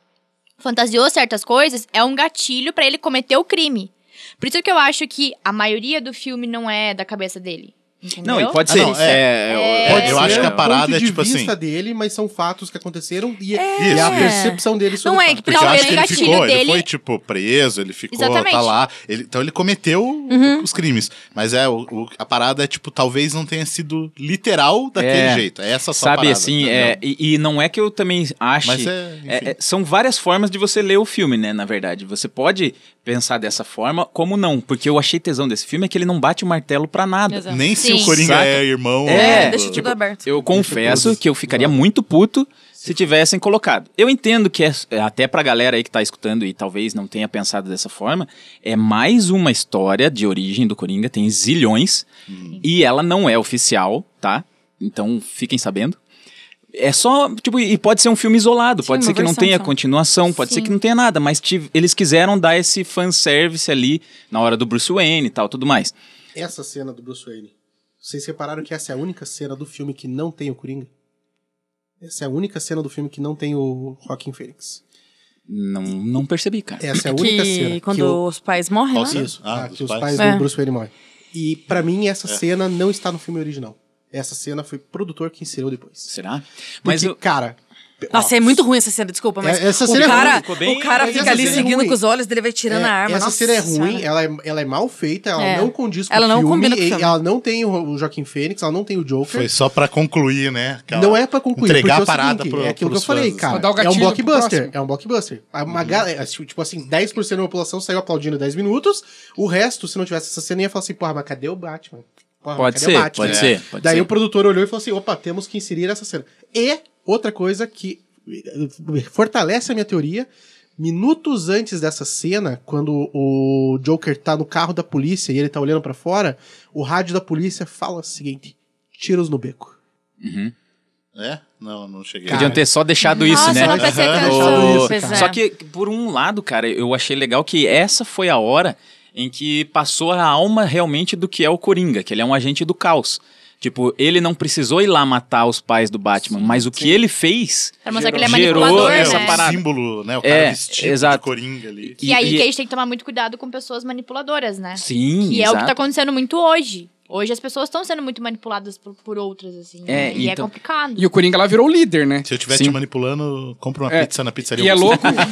fantasiou certas coisas, é um gatilho pra ele cometer o crime. Por isso que eu acho que a maioria do filme não é da cabeça dele. Entendeu? Não, e pode Ah, ser. não, é. é, Pode Pode eu acho ser que a um parada ponto é de tipo assim- vista dele, mas são fatos que aconteceram e, é, Isso. É. e a percepção dele sobre Não é o fato. que Porque eu Talvez acho que ele gatilho ficou, ele dele- foi, tipo, preso, ele ficou, tá Exatamente. Uhum. lá. Ele- então ele cometeu os crimes. Mas é, o- o- a parada é, tipo, talvez não tenha sido literal daquele É. jeito. É essa só a Sabe parada, assim, entendeu? é, e, e não é que eu também ache. Mas é, enfim. é, é, são várias formas de você ler o filme, né? Na verdade, você pode pensar dessa forma, como não? Porque eu achei tesão desse filme é que ele não bate o martelo pra nada. Exato. Nem se o Sim. Coringa Saca? é irmão. É, É, deixa tudo aberto. Eu confesso que eu ficaria muito puto se tivessem colocado. Eu entendo que é, é, até pra galera aí que tá escutando e talvez não tenha pensado dessa forma, é mais uma história de origem do Coringa, tem zilhões Hum. e ela não é oficial, tá? Então fiquem sabendo. É só, tipo, e pode ser um filme isolado, Sim, pode uma ser que não versão tenha só. continuação, pode ser Sim. que não tenha nada, mas tive- eles quiseram dar esse fanservice ali na hora do Bruce Wayne e tal, tudo mais. Essa cena do Bruce Wayne. Vocês repararam que essa é a única cena do filme que não tem o Coringa? Essa é a única cena do filme que não tem o Joaquim Fênix. Não, não percebi, cara. Essa é a única cena. Que quando o- os pais morrem, Qual né? cena? Isso, Ah, ah, dos que os pais. É. pais É. do Bruce Wayne morrem. E pra mim, essa cena não está no filme original. Essa cena foi o produtor que inseriu depois. Será? Mas Mas Porque, eu- cara. Nossa, é muito ruim essa cena, desculpa, mas É, essa o, cena é cara, ruim, ficou bem- o cara Mas fica essa ali cena é seguindo ruim. com os olhos, dele vai tirando é, a arma. Essa Nossa cena é ruim, Senhora. ela é, ela é mal feita, ela É. não condiz com Ela o não filme, combina com o e- filme. Ela não tem o o Joaquim Fênix, ela não tem o Joker. Hum. Foi só pra concluir, né? aquela- Não é pra concluir, Entregar porque é o a parada seguinte, pro- é aquilo que eu pros falei, fãs, Uhum. cara. Pra dar o É um gatilho pro blockbuster, próximo. é um blockbuster. Uma galera, tipo assim, 10% da população saiu aplaudindo 10 minutos, o resto, se não tivesse essa cena, ia falar assim, porra, mas cadê o Batman? Porra, mas Pode cadê ser, o Batman? pode É. ser, pode Daí ser. o produtor olhou e falou assim, opa, temos que inserir essa cena. E outra coisa que eh, fortalece a minha teoria, minutos antes dessa cena, quando o Joker tá no carro da polícia e ele tá olhando pra fora, o rádio da polícia fala o seguinte, tiros no beco. É? Não, não cheguei. Podiam ter só deixado isso, Nossa, né? eu não pensei que Aham. era Deixado isso. É isso, Pois cara. é. Só que, por um lado, cara, eu achei legal que essa foi a hora em que passou a alma realmente do que é o Coringa, que ele é um agente do caos. Tipo, ele não precisou ir lá matar os pais do Batman, mas o que ele fez. Pra mostrar que ele é Gerou manipulador, É, né? essa o parada. símbolo, né? O cara É, vestido exato. de Coringa ali. Que E- aí e- que a gente tem que tomar muito cuidado com pessoas manipuladoras, né? Sim, que é o que exato. tá acontecendo muito hoje. Hoje as pessoas estão sendo muito manipuladas por, por outras, assim. É, né? e então- é complicado. E o Coringa lá virou o líder, né? Se eu estiver Sim. te manipulando, compra uma É. pizza na pizzaria. E é Augusta. louco.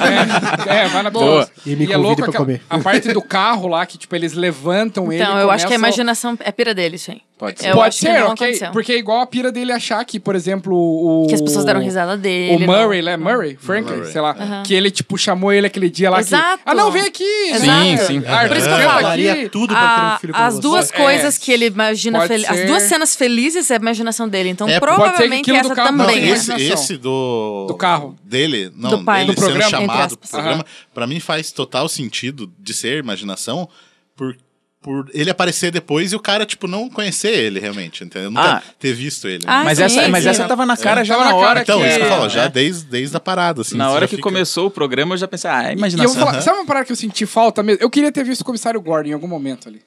é, é, vai na Boa. boa. um E me é convida louco pra aquela- comer. a parte do carro lá, que tipo, eles levantam ele. Então, e eu acho que a começam- imaginação é pira dele, isso aí. Pode ser. Eu Pode acho que ser, não ok. aconteceu. Porque é igual a pira dele achar que, por exemplo, o. Que as pessoas deram risada dele. O Murray, né? não. Murray? Franklin, Uhum. Murray. sei lá. Que ele, tipo, chamou ele aquele dia lá. que- Exato. ah, não, vem aqui. Exato. né? Sim, sim. Ah, Por isso que eu senta falo. Daria aqui. tudo pra ter A- um filho com as você. duas É. coisas que ele imagina Pode feliz. As ser. duas cenas felizes é a imaginação dele. Então, É, pode ser que provavelmente aquilo do essa carro- Não, também. é. esse, Imaginação. esse do... Do carro. Dele, não, Do pai. dele Do sendo programa, entre chamado pro aspas. programa, pra mim faz total sentido de ser imaginação por, por ele aparecer depois e o cara, tipo, não conhecer ele realmente, entendeu? Nunca Ah. ter visto ele. Ah, Mas, sim, essa, mas sim. essa tava na cara É. já Tava na na hora. cara Então, que- isso que eu falo, já É. desde, desde a parada, assim. Na você hora já que fica- começou o programa, eu já pensei, ah, é E eu vou imaginação. falar, sabe uma parada que eu senti falta mesmo? Eu queria ter visto o comissário Gordon em algum momento ali.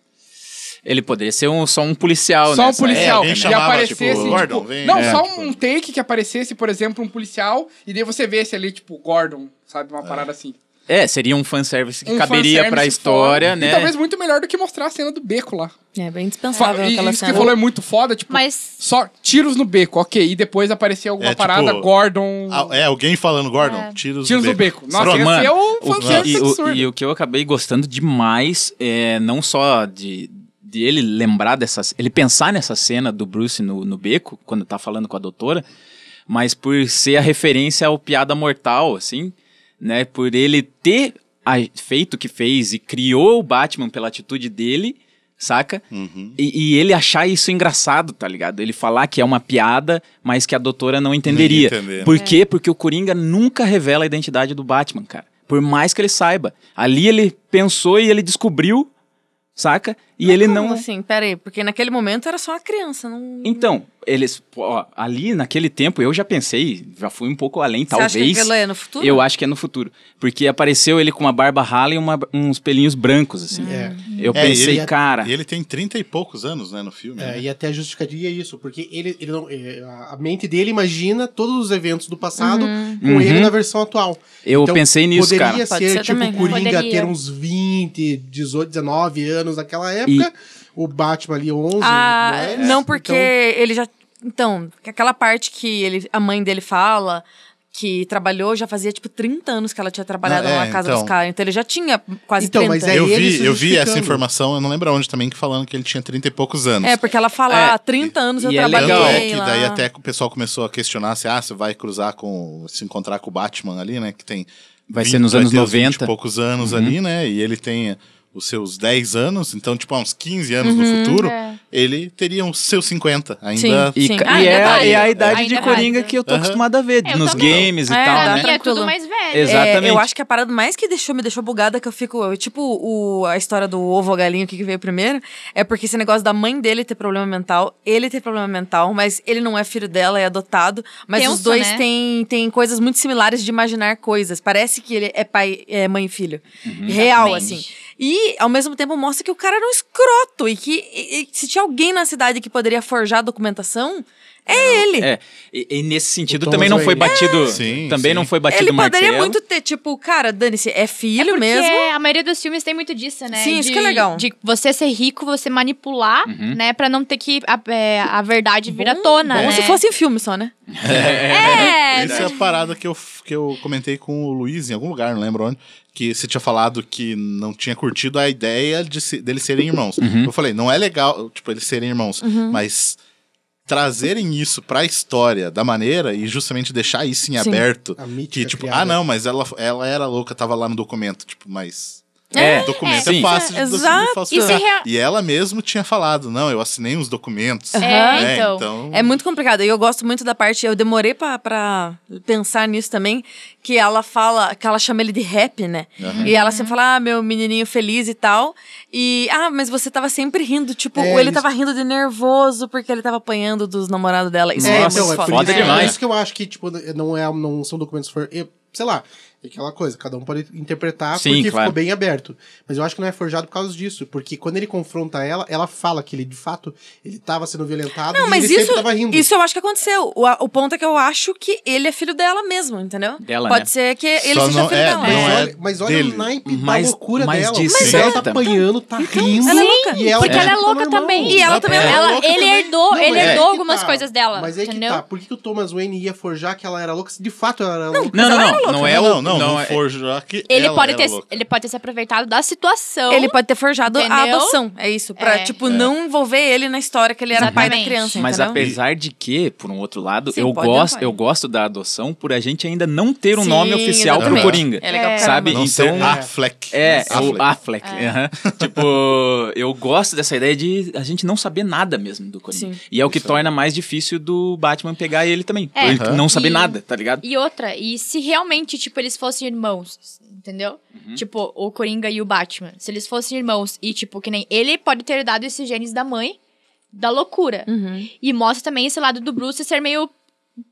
Ele poderia ser um, só um Ah, policial, só né? um policial. é, alguém e chamava, aparecesse. tipo, Tipo, Gordon, vem, não, é, só tipo- um take que aparecesse, por exemplo, um policial, e daí você vê esse ali, tipo, Gordon, sabe? Uma parada assim. É, seria um fanservice que Um caberia fanservice pra história, foda. Então, né? E talvez muito melhor do que mostrar a cena do beco lá. É bem Fa- dispensável e aquela isso cena. que falou é muito foda, tipo, Mas só tiros no beco, ok. E depois aparecer É, alguma tipo, parada, Gordon. Ah, É, alguém falando, Gordon, É. tira os Tiros do beco. Nossa, Pô, ia mano, ser um o que- fanservice e, o, absurdo. e o que eu acabei gostando demais é não só de, de ele lembrar dessa. Ele pensar nessa cena do Bruce no, no beco, quando tá falando com a doutora, mas por ser a referência ao Piada Mortal, assim, né? Por ele ter a- feito o que fez e criou o Batman pela atitude dele, saca? E, e ele achar isso engraçado, tá ligado? Ele falar que é uma piada, mas que a doutora não entenderia. entender, né? Por quê? Porque o Coringa nunca revela a identidade do Batman, cara. Por mais que ele saiba. Ali ele pensou e ele descobriu, saca? E ele não. Como assim? Pera aí, porque naquele momento era só uma criança. Não... Então, eles. ó, ali naquele tempo eu já pensei, já fui um pouco além, talvez. Você acha que aquilo é no futuro? Eu acho que é no futuro. Porque apareceu ele com uma barba rala e uma- uns pelinhos brancos, assim. É. Eu É, e pensei, ele- cara. E ele tem 30 e poucos anos, né, no filme. É, né? e até a justificaria é isso, porque ele, ele não, é, a mente dele imagina todos os eventos do passado com Uhum. ele na versão atual. Então, Eu pensei nisso, poderia cara. Pode Ser, ser tipo, também. né? Coringa Poderia. ter uns 20, 18, 19 anos naquela época, o Batman ali 11. Ah, é? não, porque Então, ele já. Então, aquela parte que ele, a mãe dele fala que trabalhou, já fazia tipo 30 anos que ela tinha trabalhado Não, é, na casa então. dos caras. Então ele já tinha quase Então, 30. mas é Eu ele vi, se eu vi essa justificando. informação, eu não lembro onde também, que falando que ele tinha 30 e poucos anos. É, porque ela fala, É, há 30 anos eu e é trabalhei Tanto legal. é que lá. daí até que o pessoal começou a questionar se ah, você vai cruzar com. se encontrar com o Batman ali, né? Que tem. Vai ser nos anos Uhum. ter os 20 90. e poucos anos ali, né? E ele tem os seus 10 anos, então, tipo, há uns 15 anos no futuro, é. ele teria os seus 50 ainda. Uhum, Sim. E, Sim. ca- Ah, e ainda tá é, vale. é a idade Ainda de vale. Coringa que eu tô Aham. acostumado a ver Eu nos também. games e É, tal, né? dá E é tudo Tranquilo. mais velho. Exato. Exatamente. É, eu acho que a parada mais que deixou, me deixou bugada, que eu fico. eu, tipo, o, a história do ovo ou galinho, o que, que veio primeiro, é porque esse negócio da mãe dele ter problema mental, ele ter problema mental, mas ele não é filho dela, é adotado. Mas os Tenso, dois né? têm, têm coisas muito similares de imaginar coisas. Parece que ele é pai, é mãe e filho. Real, Exatamente. assim. E, ao mesmo tempo, mostra que o cara era um escroto e que e- e se tinha alguém na cidade que poderia forjar documentação, é ele. É, e, e nesse sentido O também não Thomas foi Wayne. batido. Sim, também sim. não foi batido Ele o poderia martelo. muito ter, tipo, cara, dane-se, é filho Porque mesmo. a maioria dos filmes tem muito disso, né? Sim, isso de, que é legal. De você ser rico, você manipular, né? Pra não ter que a, é, a verdade vir à tona, Como né? se fosse em filme só, né? É, Essa é a parada que eu, que eu comentei com o Luiz em algum lugar, não lembro onde, que você tinha falado que não tinha curtido a ideia de se- deles serem irmãos. Uhum. Eu falei, não é legal, tipo, eles serem irmãos, Uhum. mas trazerem isso pra história da maneira e justamente deixar isso em aberto. A mítica Que tipo, criada. ah não, mas ela, ela era louca, tava lá no documento, tipo, mas... É, documento sim. é fácil de, Exato. de falsificar. E se rea- E ela mesmo tinha falado, não, eu assinei uns documentos. É, né? então. É muito complicado. E eu gosto muito da parte. Eu demorei pra, pra pensar nisso também. Que ela fala. Que ela chama ele de rap, né? E ela sempre fala, ah, meu menininho feliz e tal. E, ah, mas você tava sempre rindo. Tipo, É, ou ele isso. tava rindo de nervoso porque ele tava apanhando dos namorados dela. Isso É, é, então, muito é por foda. Foda isso- demais. isso que eu acho que, tipo, não, é, não são documentos for, eu- sei lá, é aquela coisa, cada um pode interpretar Sim, porque claro. ficou bem aberto. Mas eu acho que não é forjado por causa disso, porque quando ele confronta ela, ela fala que ele, de fato, ele tava sendo violentado Não, e mas ele isso, sempre tava rindo. isso eu acho que aconteceu. O, o ponto é que eu acho que ele é filho dela mesmo, entendeu? Dela, Pode né? ser que ele Só seja não- filho é, dela. Mas não é olha, mas olha dele. o naipe Mas- da loucura mas dela. de ela certa- tá apanhando, tá rindo. ela é louca. E ela, Porque ela é louca tá normal. também. E ela também é Ela- louca ele também. herdou- ele mas é herdou que algumas coisas dela, Mas é entendeu? que tá. Por que, que o Thomas Wayne ia forjar que ela era louca se de fato ela era louca? Não, não, não. né? Não é o. não, não, não, é- forjou aqui. Ele, ela pode era ter, louca. ele pode ter se aproveitado da situação. Ele pode ter forjado a Entendeu? adoção, é isso. Pra, É. tipo, não envolver ele na história que ele era pai da Exatamente. criança, Mas entendeu? apesar de que, por um outro lado, um. Sim, eu, pode, gosto, pode. eu gosto da adoção por a gente ainda não ter um Sim, nome oficial exatamente. pro Coringa. É legal pra Sabe? caramba. Não ser Né? Então- a Fleck. É, A o Fleck. Affleck. aham. tipo, eu gosto dessa ideia de a gente não saber nada mesmo do Coringa. Sim. E é o que torna mais difícil do Batman pegar ele também. É. Ele não saber E- nada, tá ligado? E outra, e se realmente, tipo, eles fossem irmãos, entendeu? Uhum. Tipo, o Coringa e o Batman. Se eles fossem irmãos e, tipo, que nem ele pode ter dado esses genes da mãe, da loucura. Uhum. E mostra também esse lado do Bruce ser meio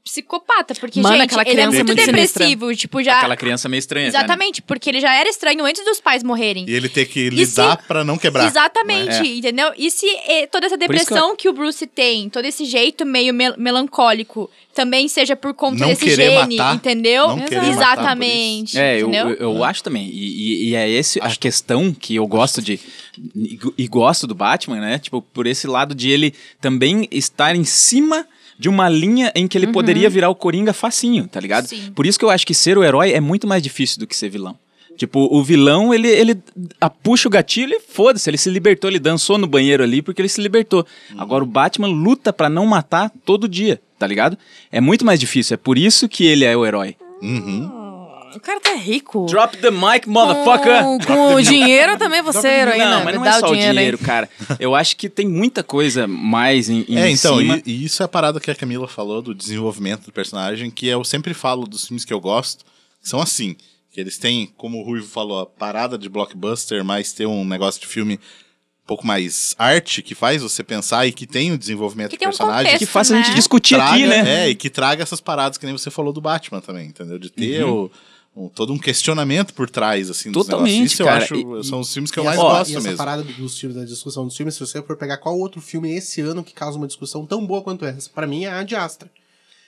psicopata, porque, Mano, gente, aquela ele é criança é muito, muito sinistra. depressivo, tipo, já... Aquela criança meio estranha. já, né? Exatamente, porque ele já era estranho antes dos pais morrerem. E ele ter que se- lidar pra não quebrar. né? É. Exatamente, entendeu? E se eh, toda essa isso que depressão que, o Bruce tem, todo esse jeito meio mel- melancólico, também seja por conta Não desse querer gene, matar, entendeu? não querer matar por Exatamente. É, eu, entendeu? eu, eu acho também. E, e- e é esse a questão que eu gosto de. E, e gosto do Batman, né? Tipo, por esse lado de ele também estar em cima de uma linha em que ele poderia virar o Coringa facinho, tá ligado? Uhum. Sim. Por isso que eu acho que ser o herói é muito mais difícil do que ser vilão. Tipo, o vilão, ele, ele a- puxa o gatilho e foda-se, ele se libertou, ele dançou no banheiro ali porque ele se libertou. Agora o Batman luta pra não matar todo dia, tá ligado? É muito mais difícil, é por isso que ele é o herói. O cara tá rico. Drop the mic, motherfucker! Com, com o dinheiro também você é heroína. Não, mas me não dá é só o aí. dinheiro, cara. Eu acho que tem muita coisa mais em, em É, então, cima. e, e isso é a parada que a Camila falou do desenvolvimento do personagem, que eu sempre falo dos filmes que eu gosto, que são assim, que eles têm, como o Ruivo falou, a parada de blockbuster, mas tem um negócio de filme um pouco mais arte, que faz você pensar e que tem o desenvolvimento Que do tem um personagem. contexto, Que faça a gente né? discutir aqui, traga- né? É, e que traga essas paradas que nem você falou do Batman também, entendeu? De ter o- o- todo um questionamento por trás, assim, dos Totalmente, negócios. Isso cara. eu acho, E- são os filmes que eu E mais essa- gosto e essa mesmo. parada dos filmes, da discussão dos filmes, se você for pegar qual outro filme esse ano que causa uma discussão tão boa quanto essa, pra mim é a de Astra.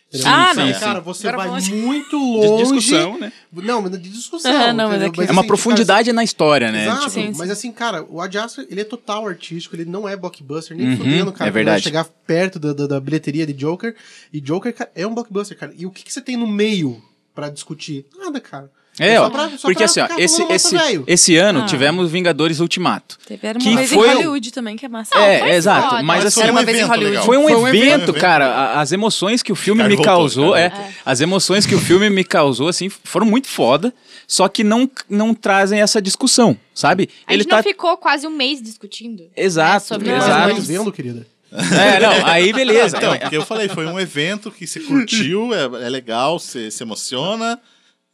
Entendeu? Ah, Então, não, sim. Cara, você Agora vai vamos- muito De longe. discussão, né? Não, mas é de discussão. Ah, não, mas entendeu? é que- É É uma assim, profundidade na história, Cara, né? exato, Tipo, Sim, sim. mas assim, cara, o Ad Astra, ele é total artístico, ele não é blockbuster, nem Uhum, fudendo, é cara. verdade. Vai chegar perto da, da, da bilheteria de Joker, e Joker cara, é um blockbuster, cara. E o que, que você tem no meio pra discutir? Nada, cara. É, Só ó, pra- só porque pra assim, ó, ficar esse, falando esse, massa, velho. esse ano Ah. tivemos Vingadores Ultimato. Tiveram Que uma vez foi em o- Hollywood também, que é massa. é, foi exato. foda. Mas Mas assim, foi era um uma vez em evento Hollywood. legal. Foi um, Foi um evento, evento. cara. a- As emoções que o filme Ricardo me voltou, causou, Ricardo é, as emoções que o filme me causou, assim, foram muito foda. Só que não, não trazem essa discussão, sabe? tá A gente tá não ficou quase um mês discutindo. né, Exato, sobre Mas isso. não exato. é vendo, querida. É, não, aí beleza. Então, porque eu falei, foi um evento que você curtiu, é, é legal, você se emociona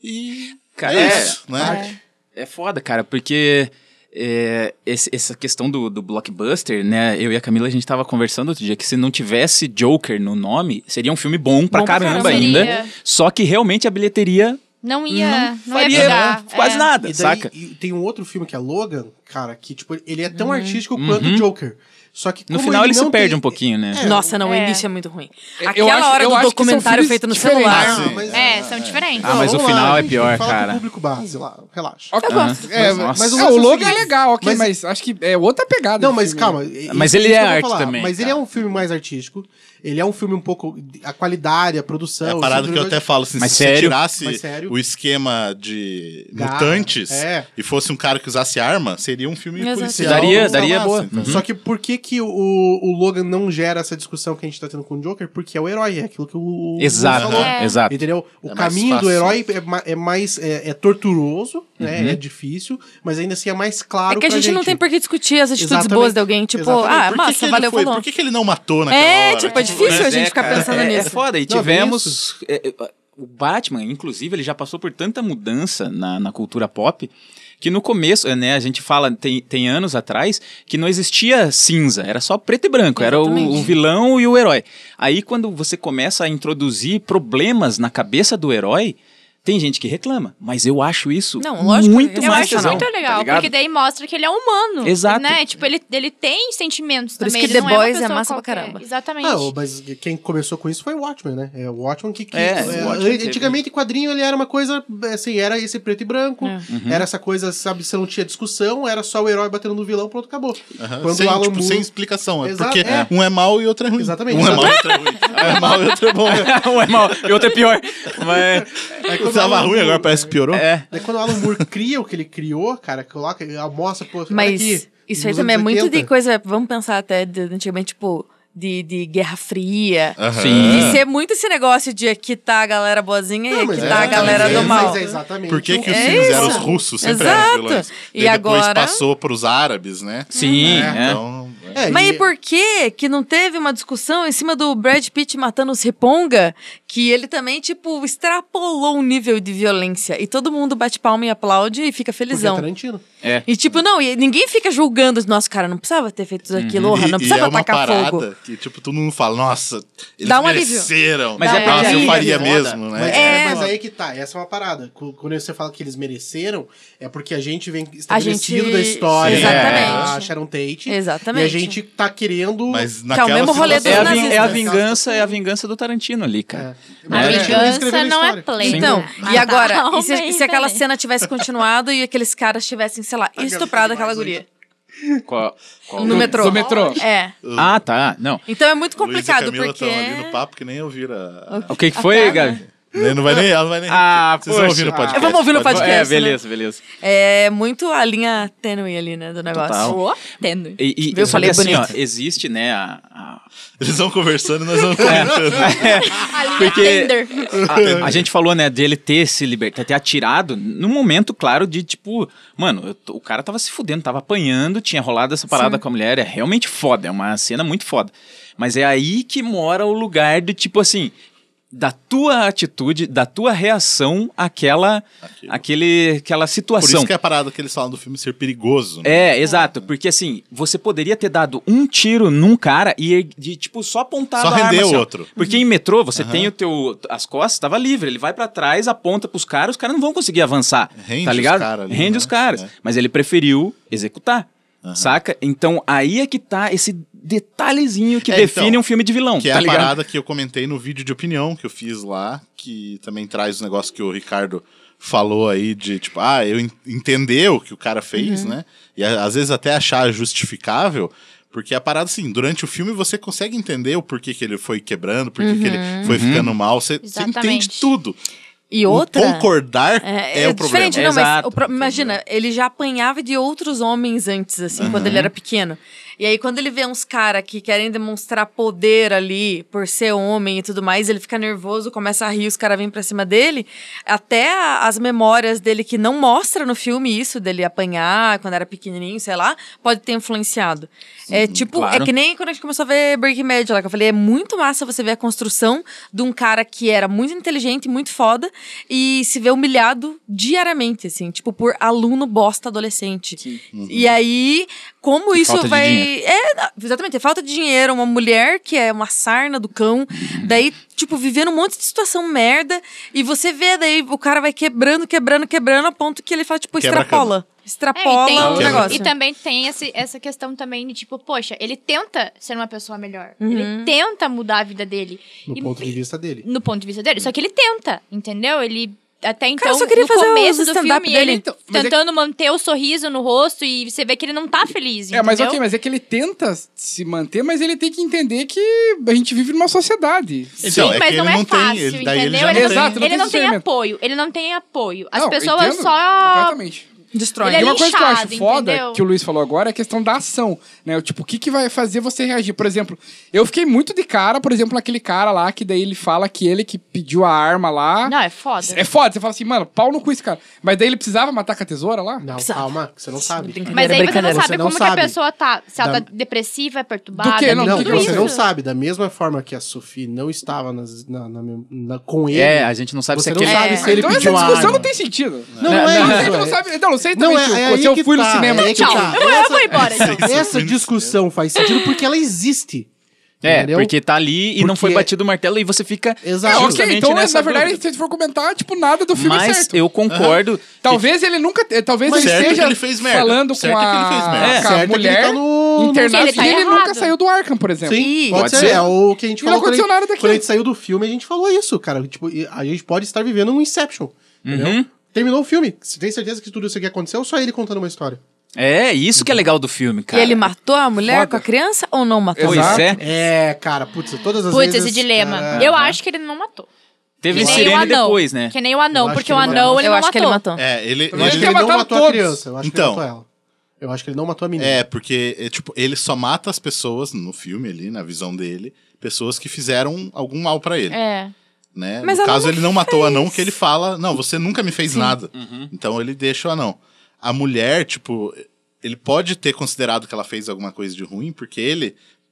e. Cara, é é- isso, né? É foda, cara, porque é, esse- essa questão do, do blockbuster, né? Eu e a Camila, a gente tava conversando outro dia que se não tivesse Joker no nome, seria um filme bom pra Bom pra caramba caramba. ainda. Seria. Só que realmente a bilheteria Não ia, não, ia faria né? pegar. quase é. nada, E daí, saca? e tem um outro filme que é Logan, cara, que tipo, ele é tão artístico quanto o Joker. Só que Uhum. No como final ele, se não perde tem- um pouquinho, né? Nossa, não, o É. início é muito ruim. Eu Aquela acho- hora eu acho do que são documentário filmes feito no diferentes. celular. Ah, sim. mas- É, são diferentes. Ah, mas o vamos final é gente, pior, fala com cara. o público base lá, relaxa. Ok, Eu gosto. É, Nossa. mas o, Ah, o lance logo é seguinte, legal, ok, mas, mas- acho que é outra pegada. Não, do mas filme. calma. Mas isso- ele isso é que eu vou arte também, Mas ele é um filme mais artístico. Ele é um filme um pouco. A qualidade, a produção. É a o parada que eu cinema- até falo, assim, Mas se sério? você tirasse Mas sério? o esquema de Garra, mutantes é. e fosse um cara que usasse arma, seria um filme Exato. policial. Daria- massa, daria boa. entendeu? Só que por que, que o, o Logan não gera essa discussão que a gente tá tendo com o Joker? Porque é o herói, é aquilo que o. o- Exato, falou. É. exato. Entendeu? O É mais caminho fácil. do herói é, ma- é mais. É, é torturoso, Uhum. né? É difícil, mas ainda assim é mais claro. É que a pra gente, não tem por que discutir as atitudes Exatamente. boas de alguém. Tipo, Exatamente. ah, Por que massa, que ele valeu, foi? falou. Por que, que ele não matou naquela É, hora? tipo, é difícil a gente ficar pensando Né? é, nisso. É foda, e Não, tivemos... é, é, o Batman, inclusive, ele já passou por tanta mudança na, na cultura pop que no começo, é, né, a gente fala, tem, tem anos atrás, que não existia cinza, era só preto e branco, era o, Exatamente. o vilão e o herói. Aí quando você começa a introduzir problemas na cabeça do herói, tem gente que reclama, mas eu acho isso Não, lógico, muito eu Eu mais acho tesão, muito tá legal, ligado? porque daí mostra que ele é humano. Exato. Né? Tipo, ele, ele tem sentimentos Por isso também. que ele The não uma Boys é pessoa massa pra qualquer. caramba. Exatamente. Ah, ô, mas quem começou com isso foi o Watchmen, né? É o Watchmen que. que- É, é, o Watchmen teve- antigamente, quadrinho ele era uma coisa. Assim, era esse preto e branco, É. Uhum. era essa coisa, sabe? Você não tinha discussão, era só o herói batendo no vilão, pronto, acabou. Aham, Quando sem, o Alan tipo, Moore- sem explicação. É Exato, porque é. um é mau e outro é ruim. Exatamente. Um é Exato. mau e outro é ruim. Um é mau e outro é bom. um é mal e outro é pior. Mas, Aí quando o Tava Alan ruim, agora Moore- parece que piorou. é. Daí quando o Alan Moore cria o que ele criou, cara, coloca, mostra, pô, olha Mas aqui, isso aí nos também é anos muito de 80. coisa. Vamos pensar até de, de antigamente, tipo, de, de Guerra Fria. É. Aham. Sim. De ser muito esse negócio de aqui tá a galera boazinha Não, e mas aqui é tá a exatamente, galera é, do mal. Mas é exatamente. Por que, que os É filmes eram os isso. russos sempre eram Exato. os vilões? E Daí depois agora- passou pros árabes, né? Sim, É, é. Então, é. É, Mas e- e por que que não teve uma discussão em cima do Brad Pitt matando os Riponga? Que ele também, tipo, extrapolou o nível de violência. E todo mundo bate palma e aplaude e fica porque é felizão. Tarantino. E tipo, não, e ninguém fica julgando, nossa, cara, não precisava ter feito Uhum. aquilo, orra, não E, e é precisava uma atacar parada fogo. que, tipo, todo mundo fala, nossa, eles Dá um alívio. mereceram. Mas é porque nossa, eu aí- faria é foda. mesmo, né? Mas, É. mas aí que tá, essa é uma parada. Qu- Quando você fala que eles mereceram, é porque a gente vem estabelecido gente- da história, Sim. da Exatamente. Sharon Tate. Exatamente. E a gente tá querendo... Mas é o naquela mesmo rolê dos É a, situação- vin- nazistas. é a vingança, é a vingança do Tarantino ali, cara. A Mas a gente não escreveu vingança na não é história. play. Então, né? e agora? Cada E se, alma se é aquela diferente. cena tivesse continuado e aqueles caras tivessem, sei lá, estuprado aquela guria Qual- no, No- metrô? no metrô. É. Ah, tá. Não. Então é muito Luiz e a complicado, Camila porque. Ah, tão ali no papo que nem ouviram a... O que, que foi, cara, Gabi? nem- Não vai nem... Ela não vai nem... Ah, Vocês vão poxa. ouvir no podcast. Vamos ouvir no pode- podcast. É, né? beleza, beleza. É muito a linha tênue ali, né, do negócio. Total. Ô, tênue. E, e- Viu? só Falei que assim, ó, bonito. existe, né, a- a, Eles vão conversando e nós vamos É. comentando. A linha porque- tender. a, a gente falou, né, dele ter se libertado, ter atirado, num momento, claro, de tipo, mano, eu tô- o cara tava se fudendo, tava apanhando, tinha rolado essa parada com a mulher, é realmente foda, é uma cena muito foda. Mas é aí que mora o lugar do tipo assim. da tua atitude, da tua reação àquela, Aquilo. àquele, àquela Por situação. isso que é a parada que eles falam do filme ser perigoso. né? É, exato. Porque assim, você poderia ter dado um tiro num cara e, ele- de, tipo, só apontado Só a arma, render o assim, ó. outro. Porque em metrô, você tem o teu... As costas tava livre. Ele vai pra trás, aponta pros caras, os caras não vão conseguir avançar. Rende tá os ligado? cara ali, Rende né? os caras. É. Mas ele preferiu executar. Saca? Então aí é que tá esse detalhezinho que É, define então, um filme de vilão, Que é tá a ligado? parada que eu comentei no vídeo de opinião que eu fiz lá, que também traz o negócio que o Ricardo falou aí de, tipo, ah, eu en- entender o que o cara Uhum. fez, né? E a- às vezes até achar justificável, porque a parada, assim, durante o filme você consegue entender o porquê que ele foi quebrando, porquê que Uhum. ele foi ficando mal, você, você entende Exatamente. tudo. E O outra. concordar é, É, é o problema. diferente, não, mas Exato, o pro- imagina, ele já apanhava de outros homens antes, assim, quando ele era pequeno. E aí, quando ele vê uns caras que querem demonstrar poder ali, por ser homem e tudo mais, ele fica nervoso, começa a rir, os caras vêm pra cima dele. Até a- as memórias dele, que não mostra no filme isso, dele apanhar quando era pequenininho, sei lá, pode ter influenciado. é tipo, claro. é que nem quando a gente começou a ver Breaking Bad lá, que eu falei, é muito massa você ver a construção de um cara que era muito inteligente, muito foda, e se vê humilhado diariamente, assim, tipo, por aluno bosta adolescente. E aí, como isso falta de vai. dinheiro. é, não, exatamente, é falta de dinheiro, uma mulher que é uma sarna do cão, daí, tipo, vivendo um monte de situação merda, e você vê, daí o cara vai quebrando, quebrando, quebrando, a ponto que ele fala, tipo, Quebra a extrapola. É, e, Extrapola tem, o e um negócio. também tem esse- essa questão também de tipo, poxa, ele tenta ser uma pessoa melhor. Uhum. Ele tenta mudar a vida dele. No E- ponto de vista dele. no ponto de vista dele. Só que ele tenta, entendeu? Ele até então, só queria no fazer começo os do filme, stand-up dele. ele t- Mas é- tentando manter o sorriso no rosto e você vê que ele não tá feliz, É, mas entendeu? ok, mas é que ele tenta se manter, mas ele tem que entender que a gente vive numa sociedade. Então, Sim, é mas que não ele é não tem, fácil, ele- daí ele entendeu? já não tem- não, Exato, não ele tem não tem discernimento. apoio, ele não tem apoio. As Não, pessoas entendo só... Completamente. Destrói. Ele é e uma coisa que eu acho linchado, foda, entendeu? que o Luiz falou agora, é a questão da ação, né? O Tipo, o que, que vai fazer você reagir? Por exemplo, eu fiquei muito de cara, por exemplo, naquele cara lá, que daí ele fala que ele que pediu a arma lá. Não, é foda. É foda, você fala assim, mano, pau no cu esse cara. Mas daí ele precisava matar com a tesoura lá? Não, Exato. calma, que você não sabe. Mas aí você não Brincadeira, sabe você não como que sabe. a pessoa tá. Se ela Da- tá depressiva, é perturbada, Do quê? Não, Não, tudo que você isso. não sabe. Da mesma forma que a Sophie não estava nas- na- na- na- com ele. É, a gente não sabe você se não aquele... sabe É. se ele então essa pediu a discussão arma. não tem sentido. Não, não é Não, isso, você não é. sabe. Não, não sei Não, também é, se, é eu- aí se eu que fui tá, no cinema. é aí que Tchau. tá. Eu- eu vou embora, então. Essa discussão faz sentido porque ela existe. É, entendeu? porque tá ali e não foi Porque- batido o martelo e você fica... Exato. É, ok, justamente então, nessa na verdade, dúvida. se a gente for comentar, tipo, nada do filme é Mas certo. Tá, eu concordo... Talvez ele nunca. eh, Talvez Mas ele certo esteja que ele fez merda. falando Certo com é que a, ele fez merda. com a Certo é que ele mulher tá no- internada Que ele tá e ele errado. nunca saiu do Arkham, por exemplo. Sim, Ih, pode, pode ser. ser. É o que a gente E não falou. quando aconteceu ele- nada daquilo. Quando a gente saiu do filme, a gente falou isso, cara. Tipo, e a gente pode estar vivendo um Inception. Entendeu? Terminou o filme. Você tem certeza que tudo isso aqui aconteceu ou só ele contando uma história? É, isso que é legal do filme, E cara. ele matou a mulher Foda. com a criança ou não matou? Pois Exato. é. É, cara, putz, todas as Putz, vezes. esse dilema. cara, Eu acho que ele não matou. Teve Que nem o sirene anão. depois, né? Que nem o Eu anão, acho porque que o ele anão matou. ele eu não acho que ele matou. matou. É, ele, Eu acho Ele que tinha ele não matado matou a todos. criança. Eu acho Então. que ele matou ela. Eu acho que ele não matou a menina. É, porque é, tipo, ele só mata as pessoas no filme ali, na visão dele, pessoas que fizeram algum mal pra ele, É. né? Mas no ela caso não ele não matou o fez. anão que ele fala, não, você nunca me fez nada. Então ele deixa o anão. A mulher, tipo, ele pode ter considerado que ela fez alguma coisa de ruim porque ele se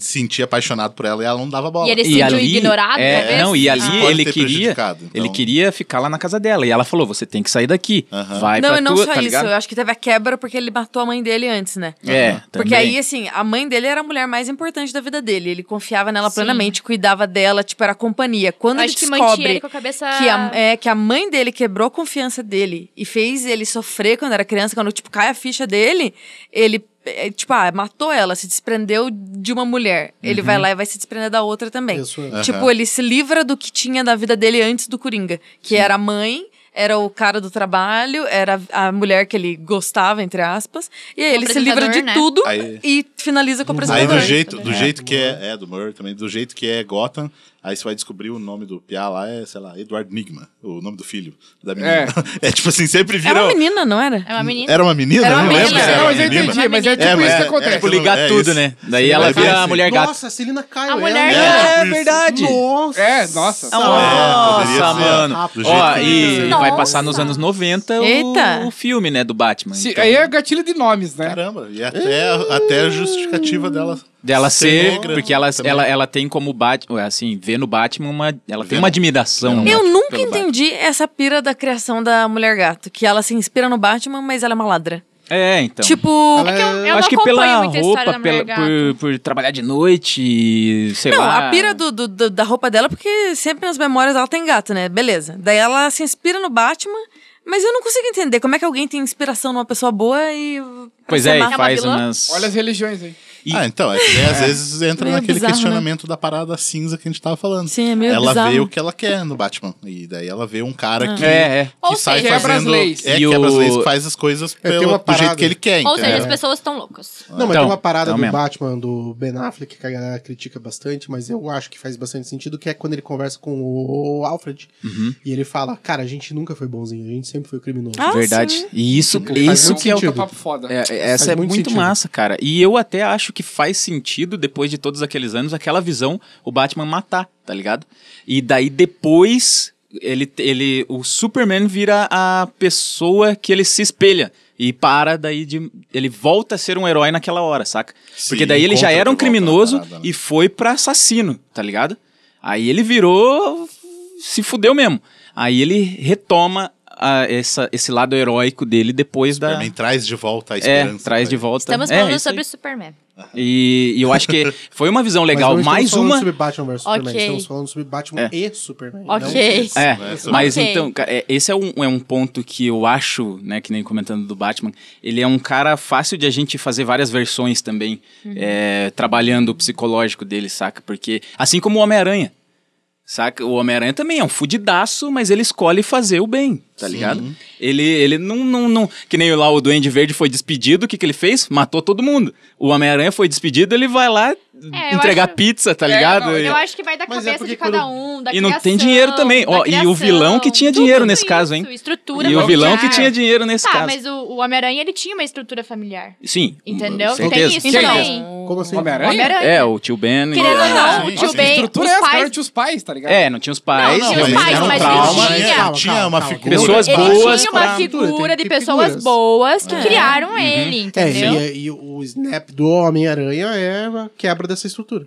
se sentia apaixonado por ela e ela não dava bola. E ele se sentiu ignorado, é, né? talvez? Não, e ali Isso pode ele ter queria. prejudicado, então. Ele queria ficar lá na casa dela. E ela falou: você tem que sair daqui. Aham. Vai Não, pra e não tua, só tá isso. ligado? Eu acho que teve a quebra porque ele matou a mãe dele antes, né? É, Porque também. aí, assim, a mãe dele era a mulher mais importante da vida dele. Ele confiava nela plenamente, cuidava dela, tipo, era a companhia. Quando Eu ele acho que mantinha descobre ele com a cabeça. que a, é, que a mãe dele quebrou a confiança dele e fez ele sofrer quando era criança, quando, tipo, cai a ficha dele, ele, é, tipo, ah, matou ela, se desprendeu de uma mulher. Ele vai lá e vai se desprender da outra também. Uhum. Isso, é. Tipo, ele se livra do que tinha da vida dele antes do Coringa, que era a mãe, era o cara do trabalho, era a mulher que ele gostava, entre aspas, e aí O ele se livra de apresentador, né? tudo Aí- e finaliza com o Aí apresentador. do Murray jeito, também. do jeito que é, é do Murray também, do jeito que é Gotham, aí você vai descobrir o nome do piá lá é, sei lá, Edward Nigma, o nome do filho da menina. É, tipo assim, sempre Era vira uma menina, não era? É uma menina. Era uma menina? Era Eu uma não lembro menina. se era Não, uma mas eu menina. entendi, mas é É, tipo mas isso é- que é acontece. Tipo, ligar É tudo, isso. né? Daí Sim, ela mas vira é a assim. mulher gata. Nossa, Celina Caio. A mulher ela- gata. É verdade. Nossa. É, nossa. É, poderia Nossa, ser. mano. Do jeito Ó, que- é. e Nossa. vai passar nos anos 90 Eita. o, o filme, né, do Batman. Se- Então, aí é gatilho de nomes, né? Caramba, e até, até a justificativa dela Dela Ser ser, negra porque ela, também. ela, ela tem como Batman, assim, vê no Batman uma. Ela tem Venom. uma admiração. Venom. né, Eu pelo nunca Batman. entendi essa pira da criação da Mulher Gato, que ela se inspira no Batman, mas ela é uma ladra. É, então. Tipo, É que eu, eu não acho que acompanho pela muito a história da roupa, Mulher pela, Gato. por, por trabalhar de noite, e é sei não, lá. a pira do- do- do- da roupa dela, porque sempre nas memórias ela tem gato, né? Beleza. Daí ela se inspira no Batman, mas eu não consigo entender como é que alguém tem inspiração numa pessoa boa e. Pois pra é, ser e má. faz vilã? umas. Olha as religiões aí. E- Ah, então, é que daí, às vezes entra Meio naquele bizarro, questionamento da parada cinza que a gente tava falando. Sim, é meio ela bizarro. vê o que ela quer no Batman. E daí ela vê um cara que, É, é. que Ou sai seja, quebra as fazendo... leis. É, É, E o- quebra as leis, faz as coisas tem pelo, uma do jeito parada. que ele quer, Ou seja, entendeu? as pessoas estão loucas. Não, mas Então, tem uma parada é o do mesmo. Batman, do Ben Affleck, que a galera critica bastante, mas eu acho que faz bastante sentido, que é quando ele conversa com o Alfred e ele fala, cara, a gente nunca foi bonzinho, a gente sempre foi criminoso. Ah, Verdade. sim. E isso, Faz isso muito que é o Puta sentido. papo foda. É, essa é muito muito, sentido. massa, cara. E eu até acho que faz sentido, depois de todos aqueles anos, aquela visão, o Batman matar, tá ligado? E daí depois, ele, ele, o Superman vira a pessoa que ele se espelha. E para daí de. Ele volta a ser um herói naquela hora, saca? Sim, Porque daí ele já encontra era um de volta na criminoso parada, né? e foi pra assassino, tá ligado? Aí ele virou. se fudeu mesmo. Aí ele retoma ah, essa, esse lado heróico dele depois da. Superman traz de volta a É, esperança. traz pra de ele. volta. Estamos É, falando isso aí. sobre Superman. E, e eu acho que foi uma visão legal. Mas não Mais estamos falando uma. sobre Batman versus Superman, Ok. estamos falando sobre Batman É. e Superman. Ok. Não- É, né, sobre- mas Ok. então, cara, é, esse é um, é um ponto que eu acho, né, que nem comentando do Batman, ele é um cara fácil de a gente fazer várias versões também, é, trabalhando o psicológico dele, saca? Porque, assim como o Homem-Aranha, saca? O Homem-Aranha também é um fudidaço, mas ele escolhe fazer o bem, tá ligado? Ele, ele não, não, não... Que nem lá o Duende Verde foi despedido, o que que ele fez? Matou todo mundo. O Homem-Aranha foi despedido, ele vai lá eu entregar acho- pizza, tá É, ligado? não, E- Eu acho que vai da Mas é cabeça porque de cada quando- um, da E não tem criação, dinheiro também. Ó, da e o vilão que tinha criação, dinheiro tudo nesse caso, hein? isso, Estrutura E o vilão que familiar. tinha dinheiro nesse Tá, caso. mas o, o Homem-Aranha ele tinha uma estrutura familiar. Sim. Entendeu? Tem Certeza. isso Certeza. também. Como assim? Homem-Aranha? Homem-Aranha. É, o tio Ben. e- Querendo ou não, Sim, o tio sim. Que Ben, estrutura os é essa, cara pais... tinha os pais, tá ligado? É, não tinha os pais. Não, Mas tinha os era pais, um mas trauma, né? ele tinha. Não tinha uma figura. Pessoas ele boas tinha pra- uma Tem figura de que ter pessoas figuras. boas que criaram ele, É, entendeu? e, e o snap do Homem-Aranha é a quebra dessa estrutura.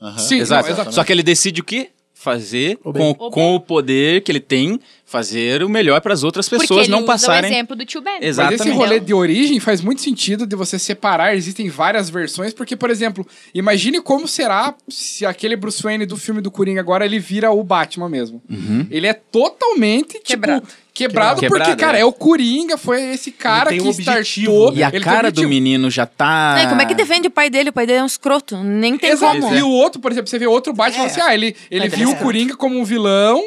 Aham. Sim, Exato. não, exato. Só que ele decide o quê? Fazer com, O bem. O com o poder que ele tem, fazer o melhor para as outras Porque pessoas ele não usa o passarem. exemplo do tio Ben. Exato. Mas esse Exatamente. rolê de origem faz muito sentido de você separar, existem várias versões, porque, por exemplo, imagine como será se aquele Bruce Wayne do filme do Coringa agora ele vira o Batman mesmo. Ele é totalmente tipo, Quebrado. Quebrado, Uhum. Quebrado, porque, cara, é. é o Coringa, foi esse cara Ele que tem um objetivo, startou. né? E a ele tem um cara do objetivo. menino já tá. Não, e Ah. como é que defende o pai dele? O pai dele é um escroto. Nem tem Exato. como. E o outro, por exemplo, você vê outro É. Batman e fala assim: ah, ele, ele Mas viu o beleza. Coringa como um vilão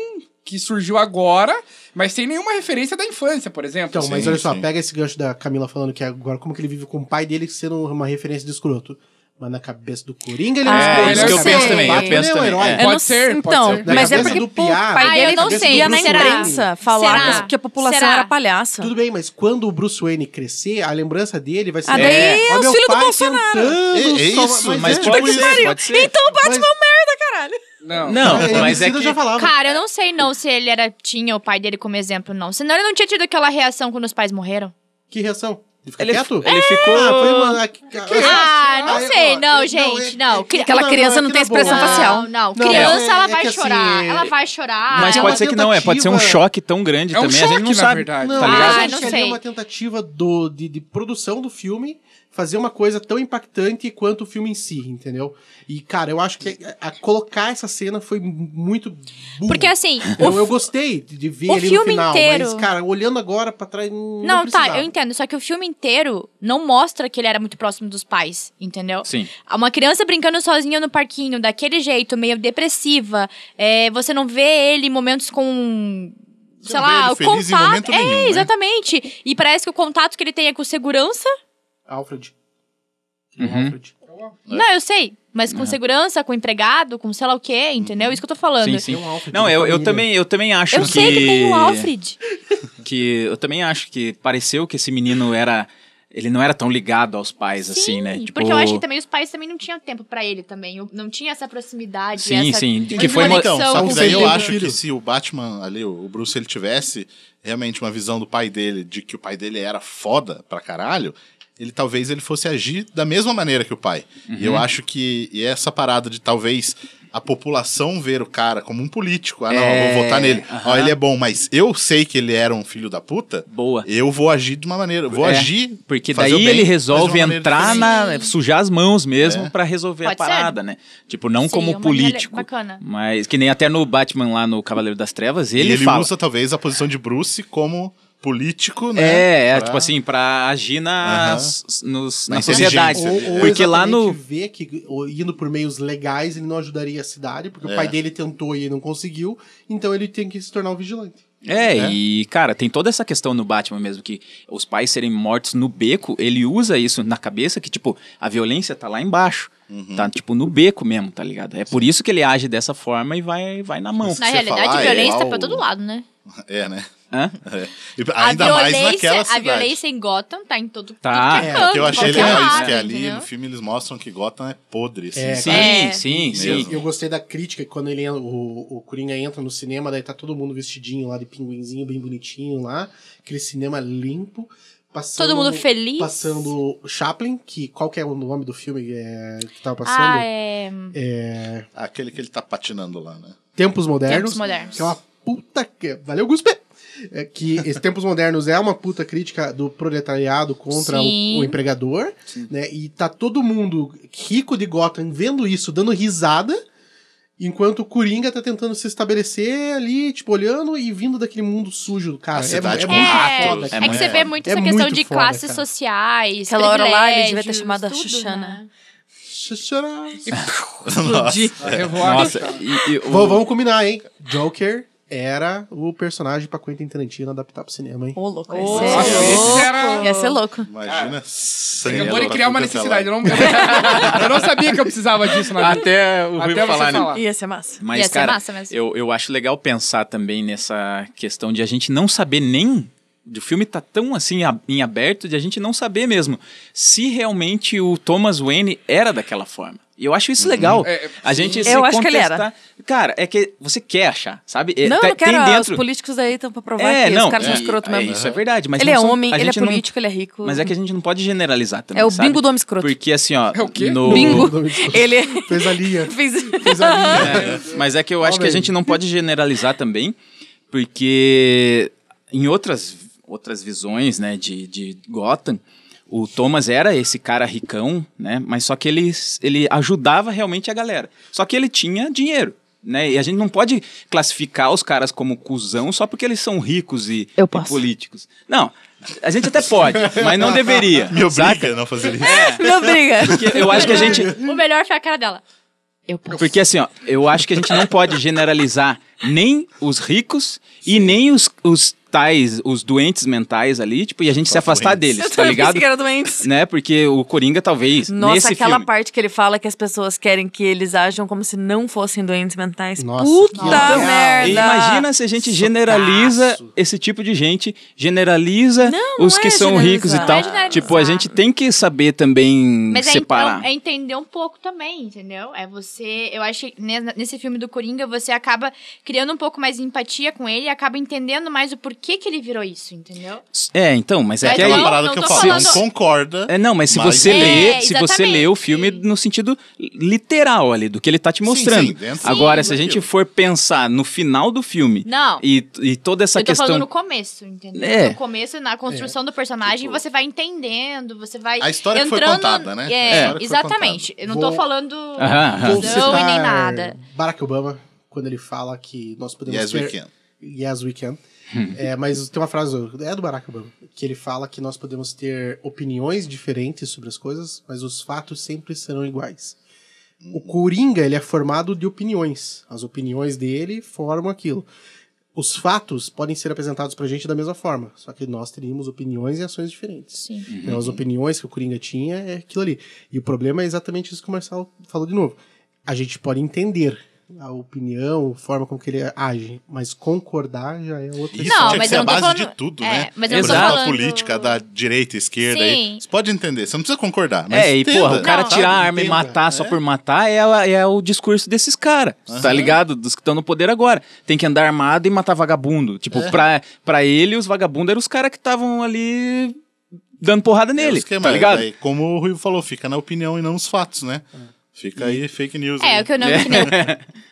que surgiu agora, mas sem nenhuma referência da infância, por exemplo. Então, Sim, mas olha só, sim. pega esse gancho da Camila falando que agora como que ele vive com o pai dele sendo uma referência de escroto. Mas na cabeça do Coringa ele Ah, é um escroto. é isso que eu Batman penso também, eu Batman penso é um também, herói. é. Eu Pode não- ser, pode então, ser. Na mas é cabeça porque do pô, Piá- o pai Ah, dele eu não sei. ia na Será? imprensa falar Será? que a população Será? era palhaça. Tudo bem, mas quando o Bruce Wayne crescer, a lembrança dele vai ser... Ah, daí É. é, Ó, os meu filhos do pai Bolsonaro. tentando É, é salvar- isso, mas mas é, tipo tipo isso. isso. Pode ser. Então o Batman Mas- é um merda, caralho. Não. Não, É, mas é Emicida que. já falava. Cara, eu não sei não se ele era, tinha o pai dele como exemplo, não. Senão ele não tinha tido aquela reação quando os pais morreram. Que reação? Ele fica Ele, quieto? ele ficou. Ah, foi uma... Ah, não sei, não, é- gente, é- não. é- Cri- Aquela não, criança é não que tem na boa. expressão facial. Não, não. Não, Criança, é- ela é que vai assim, chorar. é- ela vai chorar. Mas é ela- pode uma ser que não, é. Pode ser um tentativa- choque tão grande É um também. a choque, gente não na sabe. verdade. Não, tá mas ligado? Ah, eu não acharia sei. é uma tentativa do, de, de produção do filme fazer uma coisa tão impactante quanto o filme em si, entendeu? E, cara, eu acho que a, a colocar essa cena foi muito burro. Porque assim, eu, eu gostei de de ver o ali no filme final, mas, inteiro- cara, olhando agora pra trás, não Não, tá, precisava. eu entendo. Só que o filme inteiro não mostra que ele era muito próximo dos pais, entendeu? Sim. Uma criança brincando sozinha no parquinho, daquele jeito, meio depressiva. é, você não vê ele em momentos com. Você sei não vê lá, ele o feliz em contato. momento é, nenhum, né? exatamente. E parece que o contato que ele tem é com segurança. Alfred. Uhum. Alfred. É. Não, eu sei. Mas com segurança, com empregado, com sei lá o quê, entendeu? Uhum. Isso que eu tô falando. Sim, sim. Tem um Alfred Não, na eu, eu, família. também, eu também acho Eu que. sei que tem um o Alfred. que eu também acho que pareceu que esse menino era ele não era tão ligado aos pais assim, né? Sim, Tipo, Porque eu acho que também os pais também não tinham tempo pra ele também. Eu- Não tinha essa proximidade. Sim, essa... sim, que Mas foi uma- conexão Então, só que com daí o eu filho. acho que se o Batman ali, o Bruce, ele tivesse realmente uma visão do pai dele, de que o pai dele era foda pra caralho, ele talvez ele fosse agir da mesma maneira que o pai. E Uhum. eu acho que e essa parada de talvez a população ver o cara como um político. Ah, não, É, eu vou votar nele. Ó, aham. ele é bom, mas eu sei que ele era um filho da puta. Boa. Eu vou agir de uma maneira, eu vou É, agir. Porque fazer daí o bem, ele mas de uma resolve maneira É. entrar diferente. na. sujar as mãos mesmo pra resolver a Pode ser. parada, né? Tipo, não Sim, é como uma político. maneira bacana. Mas que nem até no Batman lá no Cavaleiro das Trevas, E ele, ele, fala. usa talvez a posição de Bruce como político, né? É, é Pra- tipo assim, pra agir nas, nos- na, Na sociedade. inteligência. Ou, ou Porque lá no. exatamente ver que ou, indo por meios legais ele não ajudaria a cidade, porque É. o pai dele tentou e não conseguiu, então ele tem que se tornar um vigilante. É, né? e, cara, tem toda essa questão no Batman mesmo, que os pais serem mortos no beco, ele usa isso na cabeça que, tipo, a violência tá lá embaixo. Tá, tipo, no beco mesmo, tá ligado? É por isso que ele age dessa forma e vai, vai na mão. Na você realidade, falar, a é violência tá igual- pra todo lado, né? É, né? Hã? É. E ainda a mais violência, naquela a cidade. violência em Gotham tá em todo Tá. tudo que É, é, o O canto, que eu achei qualquer legal isso, lado, que é ali entendeu? no filme eles mostram que Gotham é podre, assim. É, assim. Sim, É. sim, sim. Mesmo. Eu gostei da crítica que quando ele en- o, o Coringa entra no cinema, daí tá todo mundo vestidinho lá de pinguinzinho bem bonitinho lá, aquele cinema limpo. Passando, Todo mundo feliz. Passando Chaplin, que qual que é o nome do filme é, que tava passando? um Ah, é. Aquele que ele tá patinando lá, né? Tempos Modernos. Tempos Modernos. Que é uma puta. que- Valeu, Guspe! É que esse Tempos Modernos é uma puta crítica do proletariado contra Sim. o, o empregador, né? E tá todo mundo rico de Gotham vendo isso, dando risada, enquanto o Coringa tá tentando se estabelecer ali, tipo, olhando e vindo daquele mundo sujo, cara. A cidade com É, um é, rato. foda, que muito você vê foda. muito É essa questão muito de foda, classes cara. sociais. Aquela hora lá, ele devia ter privilégios, chamado a tudo, né? Xuxana. É. Xuxará. Explodir. É revoar. Ah, Nossa, e- e o- Vamos, vamos combinar, hein? Joker era o personagem pra Quentin Tarantino adaptar pro cinema, hein? Ô, louco. Ô, ia ser esse louco. era- Ia ser louco. Imagina. sangue Acabou de pra criar uma tudo quanto é necessidade. Eu lado. não, eu não sabia que eu precisava disso na vida. Até Ah, o Rui Até você falar, né? falar. Ia ser massa. Mas, Ia ser cara, massa mesmo. Eu, eu acho legal pensar também nessa questão de a gente não saber nem. O filme tá tão assim a- em aberto de a gente não saber mesmo se realmente o Thomas Wayne era daquela forma. E eu acho isso legal. É, a gente se Eu acho que ele era. contestar- Cara, é que você quer achar, sabe? É, Não, tá- eu não quero. tem ah, dentro. Os políticos aí estão pra provar é, que não, os caras é, são um escroto é, mesmo. Isso é verdade. Mas ele não é são- homem, a ele é gente não- político, ele é rico. mas é que a gente não pode generalizar também. É o sabe? bingo do homem escroto. Porque assim, ó. É o quê? No... Bingo. Ele Fez a linha. fez. Fez a linha. Mas é que eu acho que a Homem. gente não pode generalizar também, porque em outras, outras visões né, de, de Gotham, o Thomas era esse cara ricão, né? Mas só que ele, ele ajudava realmente a galera. Só que ele tinha dinheiro. Né? E a gente não pode classificar os caras como cuzão só porque eles são ricos e, Eu e posso. políticos. Não, a gente até pode, mas não deveria. Me saca? obriga a não É, fazer isso. Não briga. Porque eu acho que é a gente, O melhor foi a cara dela. Eu posso. porque assim, ó, eu acho que a gente não pode generalizar nem os ricos e nem os, os tais, os doentes mentais ali, tipo, e a gente se afastar deles, tá ligado? que era doente. Né? Porque o Coringa, talvez, Nossa, nesse aquela filme... parte que ele fala que as pessoas querem que eles ajam como se não fossem doentes mentais. Nossa, Puta que legal. merda! Ah, Imagina se a gente generaliza Sotaço. esse tipo de gente, generaliza não os que é são ricos e generalizar. tal. Não é generalizar. tipo, a gente tem que saber também Mas é, separar. então, é entender um pouco também, entendeu? É você. Eu acho que ne- nesse filme do Coringa você acaba criando um pouco mais de empatia com ele e acaba entendendo mais o porquê que ele virou isso, entendeu? É, então, mas é Mas que É aí... uma não- parada não que eu tô falo. falando- Não concorda. É, não, mas se Mas- você É, lê, se você exatamente. lê o filme no sentido literal ali, do que ele tá te Sim, mostrando. sim, dentro Agora, do- se a gente daquilo. for pensar no final do filme Não. e, e toda essa eu tô questão. falando no começo, entendeu? É. No começo, na construção do personagem, você vai entendendo, você vai. É. Tipo A história que foi entrando- contada, né? A É, história que foi exatamente. Eu não tô Vou- falando. Aham, aham. Vou Não, citar e nem nada. Barack Obama, quando ele fala que nós podemos Yes, ter... we can. Yes, we can. É, mas tem uma frase, é do Barack Obama, que ele fala que nós podemos ter opiniões diferentes sobre as coisas, mas os fatos sempre serão iguais. O Hum. Coringa, ele é formado de opiniões. As opiniões dele formam aquilo. Os fatos podem ser apresentados pra gente da mesma forma, só que nós teríamos opiniões e ações diferentes. Sim. Então, as opiniões que o Coringa tinha é aquilo ali. E o problema é exatamente isso que o Marcelo falou de novo. A gente pode entender a opinião, a forma como que ele age, mas concordar já é outra Isso Não, tinha mas que ser eu a não tô base falando- de tudo, é, né? mas eu não tô Por exemplo, falando- a política da direita e esquerda Sim. aí. Você pode entender, você não precisa concordar. Mas É, e entenda, porra, o cara Não, tirar a sabe? arma e Entenda. matar só É. por matar é, a- é o discurso desses caras, tá ligado? Dos que estão no poder agora. Tem que andar armado e É. matar vagabundo. Tipo, pra, pra ele, os vagabundos eram os caras que estavam ali dando porrada É o nele, esquema, tá é, ligado? daí, como o Rui falou, fica na opinião e não nos fatos, né? É. Fica aí fake news. É, aí. o que eu não entendo.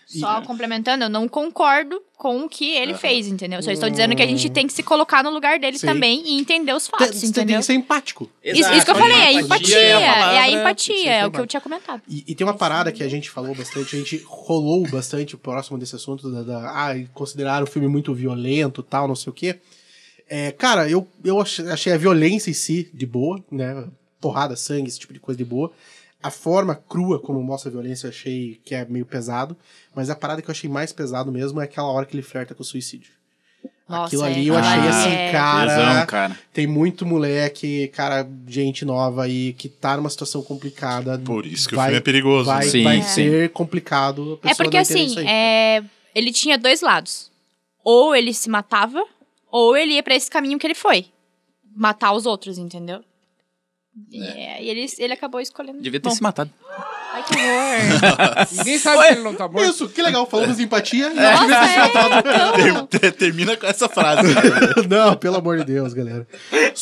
Só complementando, eu não concordo com o que ele fez, entendeu? Só Hum. estou dizendo que a gente tem que se colocar no lugar dele Sim. também e entender os Tem- fatos, Você tem entendeu? que ser empático. Isso, isso que eu Exato. falei, é a empatia. é a É a palavra, tem que empatia, é ser o que empático. eu tinha comentado. E, e tem uma parada que a gente falou bastante, a gente rolou bastante próximo desse assunto, da, da ah, e consideraram o filme muito violento tal, não sei o quê. É, cara, eu, eu ach- achei a violência em si de boa, né? Porrada, sangue, esse tipo de coisa de boa. A forma crua como mostra a violência eu achei que é meio pesado, mas a parada que eu achei mais pesado mesmo é aquela hora que ele flerta com o suicídio. Nossa, Aquilo é, ali eu aquilo achei ali assim, é- cara. Tesão, cara. Tem muito moleque, cara, gente nova aí que tá numa situação complicada. Por isso que o Vai- filme é perigoso. Vai, né? Sim, vai é. ser complicado a pessoa É porque não entender assim, isso aí. é, ele tinha dois lados. Ou ele se matava, ou ele ia pra esse caminho que ele foi. Matar os outros, entendeu? É, e ele, ele acabou escolhendo. Devia ter Bom, se matado. Ai, que horror. Ninguém sabe que ele não tá é- morto. Isso, que legal, falamos de empatia. Nossa, é, então. Ter- Termina com essa frase. né? não, pelo amor de Deus, galera.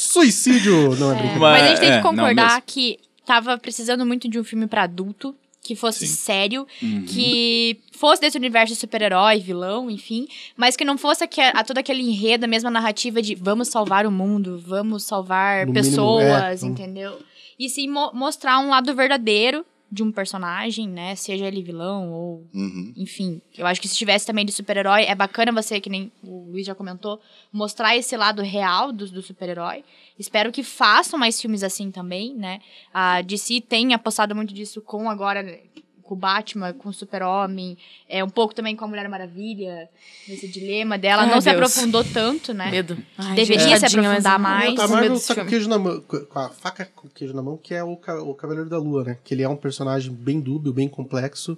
Suicídio não é, brincadeira. Mas a gente tem é, que não concordar mesmo. que tava precisando muito de um filme pra adulto, que fosse Sim. sério, que fosse desse universo de super-herói, vilão, enfim, mas que não fosse aque- a, todo aquele enredo, a mesma narrativa de vamos salvar o mundo, vamos salvar No mínimo, pessoas, é, vamos- entendeu? E sim mo- mostrar um lado verdadeiro de um personagem, né? Seja ele vilão ou Uhum. enfim, eu acho que se tivesse também de super-herói, é bacana você, que nem o Luiz já comentou, mostrar esse lado real do, do super-herói. Espero que façam mais filmes assim também, né? A DC tem apostado muito disso com agora, né, com o Batman, com o Super-Homem, é, um pouco também com a Mulher Maravilha, nesse dilema dela. Ai, não se Deus. aprofundou tanto, né? Medo. Ai, Deveria gente, se tadinha, mas aprofundar eu- mais. eu tô A com medo Marvel desse tá com, filme. queijo na mão, com com a faca com queijo na mão, que é o, ca- o Cavaleiro da Lua, né? Que ele é um personagem bem dúbio, bem complexo.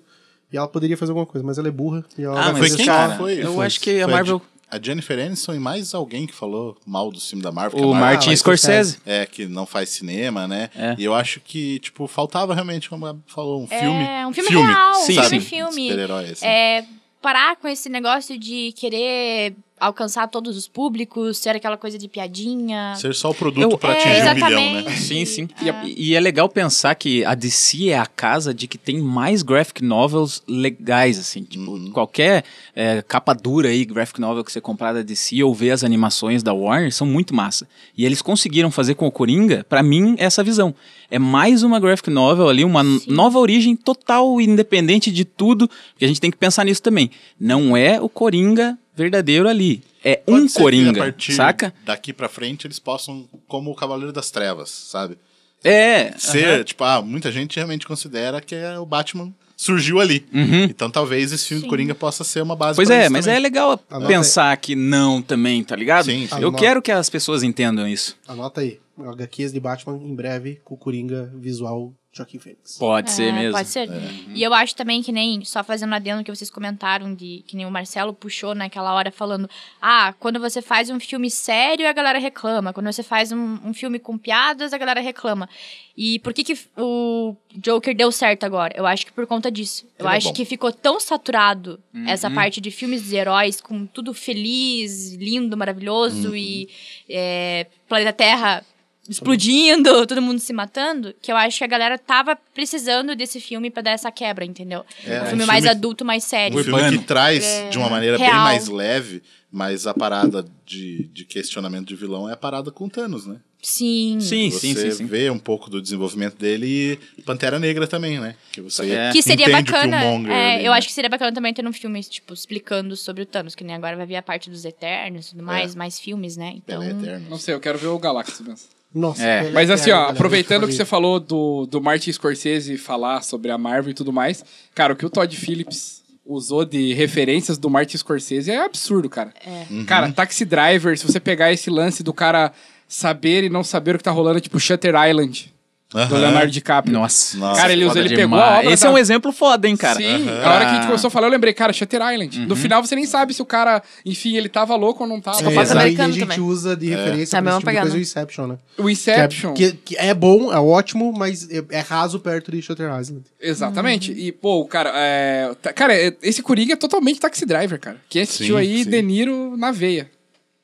E ela poderia fazer alguma coisa, mas ela é burra. E ela Ah, vai mas foi fazer quem, só- cara? Foi- eu foi- acho que a foi Marvel... A Jennifer Aniston e mais alguém que falou mal do filme da Marvel. é que O a Marvel Martin esse Scorsese. É, que não faz cinema, né? É. E eu acho que, tipo, faltava realmente, como a Gabi falou, um filme. É, um filme, real, sim, um sim. filme filme. Super-herói, assim. É, parar com esse negócio de querer alcançar todos os públicos, ser aquela coisa de piadinha. Ser só o produto Eu- pra É, atingir um exatamente. Ah. bilhão, né? Sim, sim. E, e é legal pensar que a DC é a casa de que tem mais graphic novels legais, assim. Tipo, Uhum. qualquer é, capa dura aí, graphic novel que você comprar da DC ou ver as animações da Warner, são muito massa. E eles conseguiram fazer com o Coringa, pra mim, essa visão. É mais uma graphic novel ali, uma n- nova origem total, independente de tudo. Porque a gente tem que pensar nisso também. Não é o Coringa verdadeiro ali. É um Pode ser que a Coringa, partir saca? Daqui pra frente eles possam, como o Cavaleiro das Trevas, sabe? É. Ser, tipo, ah, muita gente realmente considera que é o Batman surgiu ali. Então talvez esse filme do Coringa possa ser uma base Uhum. Pois pra é, isso mas também. é legal Anota pensar que não também, tá ligado? Sim, sim. Eu Anota. quero que as pessoas entendam isso. Anota aí. HQs de Batman em breve com o Coringa visual Joaquim Phoenix. Pode É, ser mesmo. Pode ser. E eu acho também que nem, só fazendo um adendo que vocês comentaram, de que nem o Marcelo puxou naquela hora falando: ah, quando você faz um filme sério, a galera reclama. Quando você faz um, um filme com piadas, a galera reclama. E por que, que o Joker deu certo agora? Eu acho que por conta disso. Eu Ele é acho bom. que ficou tão saturado essa parte de filmes de heróis com tudo feliz, lindo, maravilhoso e é, planeta Terra explodindo, todo mundo se matando, que eu acho que a galera tava precisando desse filme pra dar essa quebra, entendeu? É, um um filme mais filme- adulto, mais Um é sério. filme urbano. que traz de uma maneira bem É, real. mais leve, mas a parada de, de questionamento de vilão é a parada com Thanos, né? Sim. Sim, você sim, sim, sim. vê um pouco do desenvolvimento dele e Pantera Negra também, né? Que você É. Que seria entende o bacana. Killmonger é, ali, eu né? acho que seria bacana também ter um filme, tipo, explicando sobre o Thanos, que nem agora vai vir a parte dos Eternos e tudo mais, É. mais filmes, né? Então. Ela é eterna. Não sei, eu quero ver o Galactus mesmo. Nossa, É. ele Mas assim, ó, cara, galera, aproveitando que muito você falou do, do Martin Scorsese falar sobre a Marvel e tudo mais, cara, o que o Todd Phillips usou de referências do Martin Scorsese é absurdo, cara. Uhum. Cara, Taxi Driver, se você pegar esse lance do cara saber e não saber o que tá rolando, tipo Shutter Island, do Aham. Leonardo DiCaprio. Nossa. Nossa, cara, ele, usou, Foda ele demais. pegou a obra Esse da- é um exemplo foda, hein, cara? Sim, Aham. Uhum. a hora que a gente começou a falar, eu lembrei, cara, Shutter Island. No final você nem sabe se o cara, enfim, ele tava louco ou não tava. É, Psicopata isso aí a americano gente também. usa de referência É a pra mesma esse tipo de coisa, pegada. o Inception, né? O Que é- Inception. Que, que é bom, é ótimo, mas é, é raso perto de Shutter Island. Exatamente. E, pô, o cara, é... tá- cara, é- esse Coringa é totalmente taxi driver, cara. Quem assistiu Sim, aí, sim. De Niro na veia.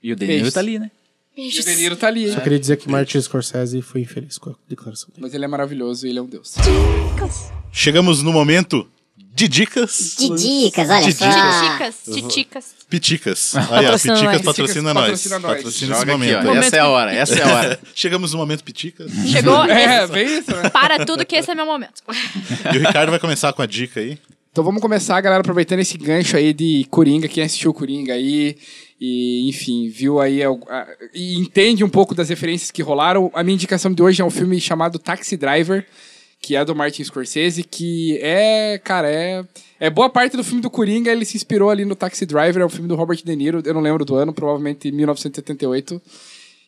E o Daniel Peixe. tá ali, né? E o Beijos. Deniro tá ali, hein? Só queria dizer que Martin Scorsese foi infeliz com a declaração dele. Mas ele é maravilhoso e ele é um deus. Chegamos no momento de dicas De dicas, olha só. Titicas, Uhum. titicas. piticas. Aí, ó, Patrocina piticas nós. patrocina nós. Patrocina nós. esse Joga aqui, momento. ó. Essa é a hora, essa é a hora. Chegamos no momento piticas. Chegou. É, esse- bem isso, né? Para tudo que esse é meu momento. E o Ricardo vai começar com a dica aí. É Então vamos começar, galera, aproveitando esse gancho aí de Coringa, quem assistiu Coringa aí, e enfim, viu aí al- a- e entende um pouco das referências que rolaram. A minha indicação de hoje é um filme chamado Taxi Driver, que é do Martin Scorsese, que é, cara, é, é boa parte do filme do Coringa, ele se inspirou ali no Taxi Driver, é um filme do Robert De Niro, eu não lembro do ano, provavelmente 1978.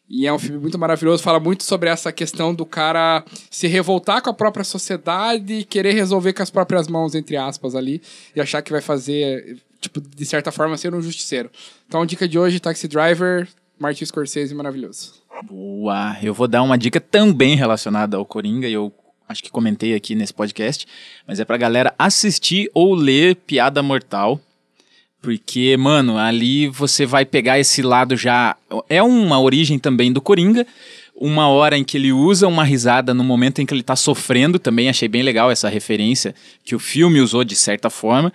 E é um filme muito maravilhoso, fala muito sobre essa questão do cara se revoltar com a própria sociedade e querer resolver com as próprias mãos, entre aspas, ali, e achar que vai fazer, tipo, de certa forma, ser um justiceiro. Então, dica de hoje, Taxi Driver, Martin Scorsese, maravilhoso. Boa, eu vou dar uma dica também relacionada ao Coringa, e eu acho que comentei aqui nesse podcast, mas é pra galera assistir ou ler Piada Mortal. Porque, mano, ali você vai pegar esse lado já. É uma origem também do Coringa. Uma hora em que ele usa uma risada no momento em que ele tá sofrendo, também achei bem legal essa referência que o filme usou de certa forma.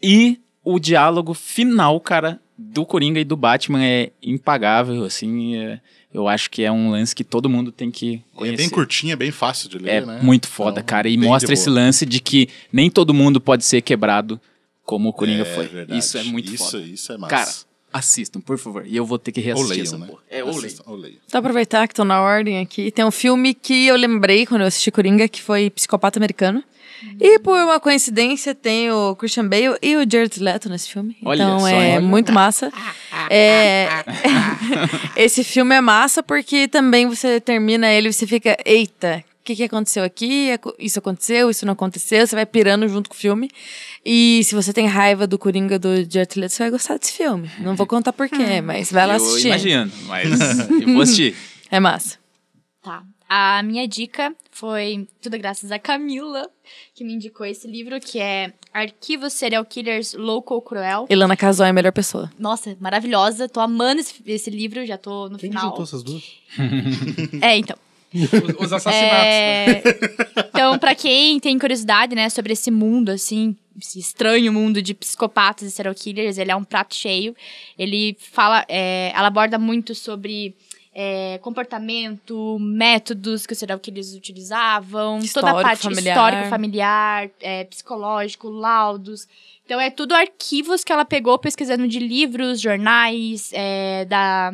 E o diálogo final, cara, do Coringa e do Batman é impagável, assim. é- eu acho que é um lance que todo mundo tem que É conhecer. bem curtinha, bem fácil de ler, É né? muito foda, Então, cara. E bem de mostra esse boa. lance de que nem todo mundo pode ser quebrado como o Coringa foi. verdade. Isso é muito isso, foda. Isso é massa. Cara, assistam, por favor. E eu vou ter que ou reassistir leiam, essa né? porra. É, ou leiam. Assistam, ou leiam. Então, aproveitar que tô na ordem aqui. Tem um filme que eu lembrei quando eu assisti Coringa, que foi Psicopata Americano. E por uma coincidência, tem o Christian Bale e o Jared Leto nesse filme. Olha então só, é hein? muito massa. É, Esse filme é massa porque também você termina ele e você fica, eita, o que, que aconteceu aqui? Aco- Isso aconteceu, isso não aconteceu. Você vai pirando junto com o filme. E se você tem raiva do Coringa do Jared Leto, você vai gostar desse filme. Não vou contar porquê, mas vai lá eu assistir. imagino, mas eu vou assistir. É massa. Tá. A minha dica foi tudo graças a Camila, que me indicou esse livro, que é Arquivo Serial Killers Louco ou Cruel. Ilana Casol é a melhor pessoa. Nossa, maravilhosa. Tô amando esse, esse livro, já tô no Quem que final. juntou essas duas? É, então. Os, os assassinatos, né? É, Então, pra quem tem curiosidade, né, sobre esse mundo, assim, esse estranho mundo de psicopatas e serial killers, ele é um prato cheio. Ele fala, é, ela aborda muito sobre é, comportamento, métodos que os serial killers utilizavam, toda a Histórico, parte familiar. histórico, familiar, é, psicológico, laudos. Então, é tudo arquivos que ela pegou pesquisando de livros, jornais, é, da,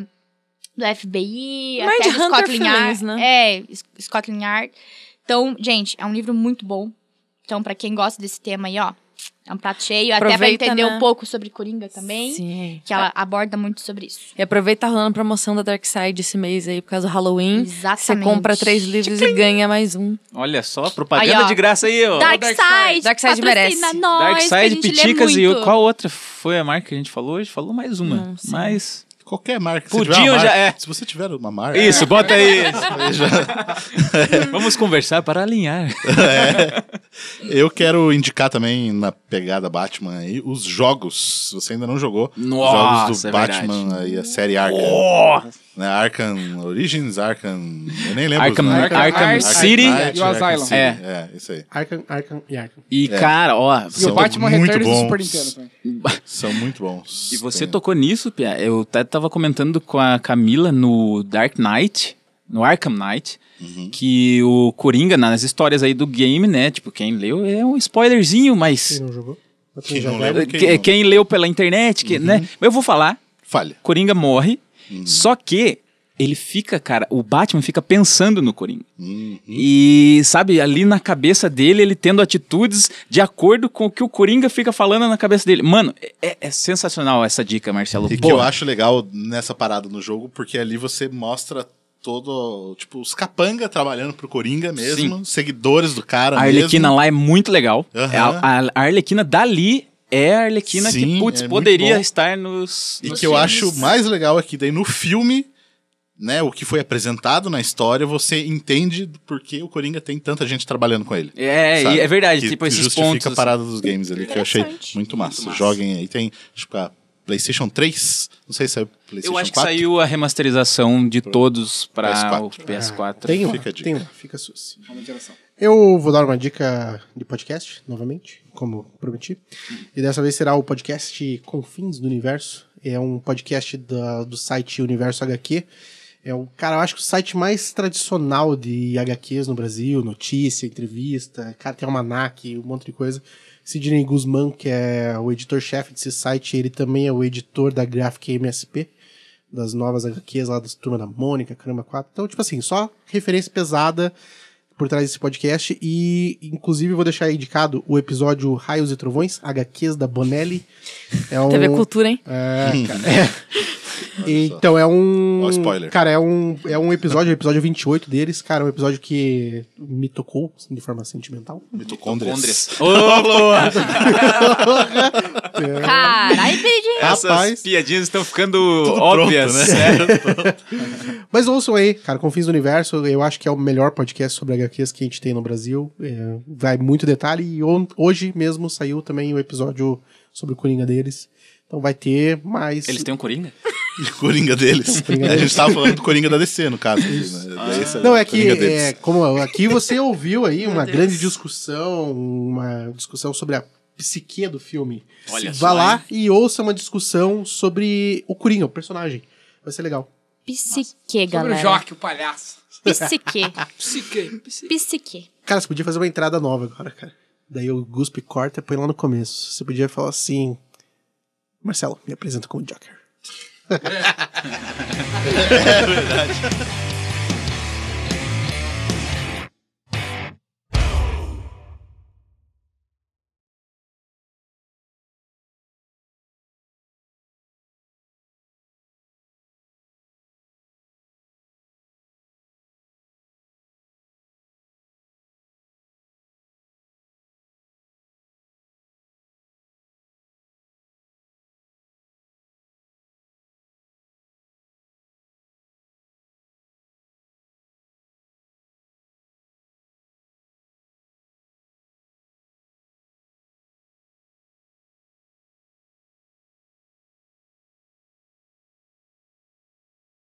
do FBI, Mind até do é Hunter Scotland Feelings, Yard. né? É, S- Scotland Yard. Então, gente, é um livro muito bom. Então, pra quem gosta desse tema aí, ó, é um prato cheio. até Aproveita, pra entender né? um pouco sobre Coringa também, Sim. que ela aborda muito sobre isso. E aproveita tá rolando promoção da Dark Side esse mês aí por causa do Halloween. Você Exatamente. compra três livros e ganha mais um. Olha só, propaganda Aí, ó. de graça aí, ó. Dark Dark Side, Dark Side merece. patrocina nós, Dark que a Side, gente lê Piticas e muito. o- qual outra foi a marca que a gente falou hoje? Falou mais uma. Não sei. mas. Qualquer marca. Podiam se, tiver uma já- marca é. se você tiver uma marca. Isso, bota aí. É aí já- Vamos conversar para alinhar. Eu quero indicar também na pegada Batman aí os jogos. Se você ainda não jogou, os Nossa, jogos do é verdade. Oh! Batman aí, a série Arkham. Né, Arkham Origins, Arkham. Eu nem lembro. os Arkham- nomes. Arkham City. Knight, E o Arkham Asylum. City, É. isso aí. Arkham, Arkham e Arkham. E, cara, ó. E o São Batman muito Returns do bons. Super Nintendo também. São muito bons. E você Tem- tocou nisso, Pia. Eu até tava comentando com a Camila no Dark Knight, no Arkham Knight, Uhum. que o Coringa, nas histórias aí do game, né? Tipo, quem leu é um spoilerzinho, mas. Quem não jogou? Mas Quem quem já não lembra? lembra? que- quem Quem, não. Uhum. leu pela internet, que, né? Mas Eu vou falar, Falha. Coringa morre, Uhum. só que ele fica, cara, o Batman fica pensando no Coringa. Uhum. E, sabe, ali na cabeça dele, ele tendo atitudes de acordo com o que o Coringa fica falando na cabeça dele. Mano, é, é sensacional essa dica, Marcelo. E que Porra. eu acho legal nessa parada no jogo, porque ali você mostra todo, tipo, os capanga trabalhando pro Coringa mesmo, seguidores do cara A Arlequina mesmo. lá é muito legal. Aham. É A, a- a Arlequina dali é a Arlequina Sim, que, putz, é muito poderia bom. estar nos. E nos que eu filmes. acho mais legal é que daí no filme, né, o que foi apresentado na história, você entende do porquê o Coringa tem tanta gente trabalhando com ele. É, sabe? e é verdade. Que- tipo, que esses justifica pontos. a parada dos games ali, que eu achei Interessante. muito massa. Joguem aí, tem, acho que a PlayStation 3. Não sei se saiu PlayStation Eu acho que 4. saiu a remasterização de todos para o PS4. PS4. Ah, Tem uma, Fica a dica. tem uma, fica sus. Uma geração. Eu vou dar uma dica de podcast, novamente, como prometi. E dessa vez será o podcast Confins do Universo. É um podcast da- do site Universo HQ. É o, cara, eu acho que o site mais tradicional de HQs no Brasil, notícia, entrevista, cara, tem almanac, um monte de coisa. Sidney Guzman, que é o editor-chefe desse site, ele também é o editor da Graphic MSP, das novas HQs lá das Turma da Mônica, Caramba 4. Então, tipo assim, só referência pesada por trás desse podcast e inclusive vou deixar indicado o episódio Raios e Trovões, HQs da Bonelli. É um TV Cultura, hein? é, cara, é. Então é um Ó, spoiler. Cara, é um é um episódio, o episódio 28 deles, cara, é um episódio que me tocou assim, de forma sentimental. Mitocôndrias. Ô, boa! Caralho, Pedrinho. Rapaz. Essas piadinhas estão ficando óbvias, né? Mas ouçam aí, cara, Confins do Universo, eu acho que é o melhor podcast sobre HQs que a gente tem no Brasil. É, vai muito detalhe e on- hoje mesmo saiu também o episódio sobre o Coringa deles. Então vai ter mais Eles têm um Coringa? E Coringa deles. Coringa a deles. gente tava falando do Coringa da DC, no caso. Né? Daí esse é Não, o é que Coringa deles. é, como aqui você ouviu aí uma grande discussão, uma discussão sobre a psique do filme. Olha Vá só, lá e ouça uma discussão sobre o Coringa, o personagem. Vai ser legal. Psique, Sobre o galera. Joque, o palhaço. Psique. Psiquei. Psique. Cara, você podia fazer uma entrada nova agora, cara. Daí o Guspe corta e põe lá no começo. Você podia falar assim: Marcelo, me apresenta como Joker. Muito bom.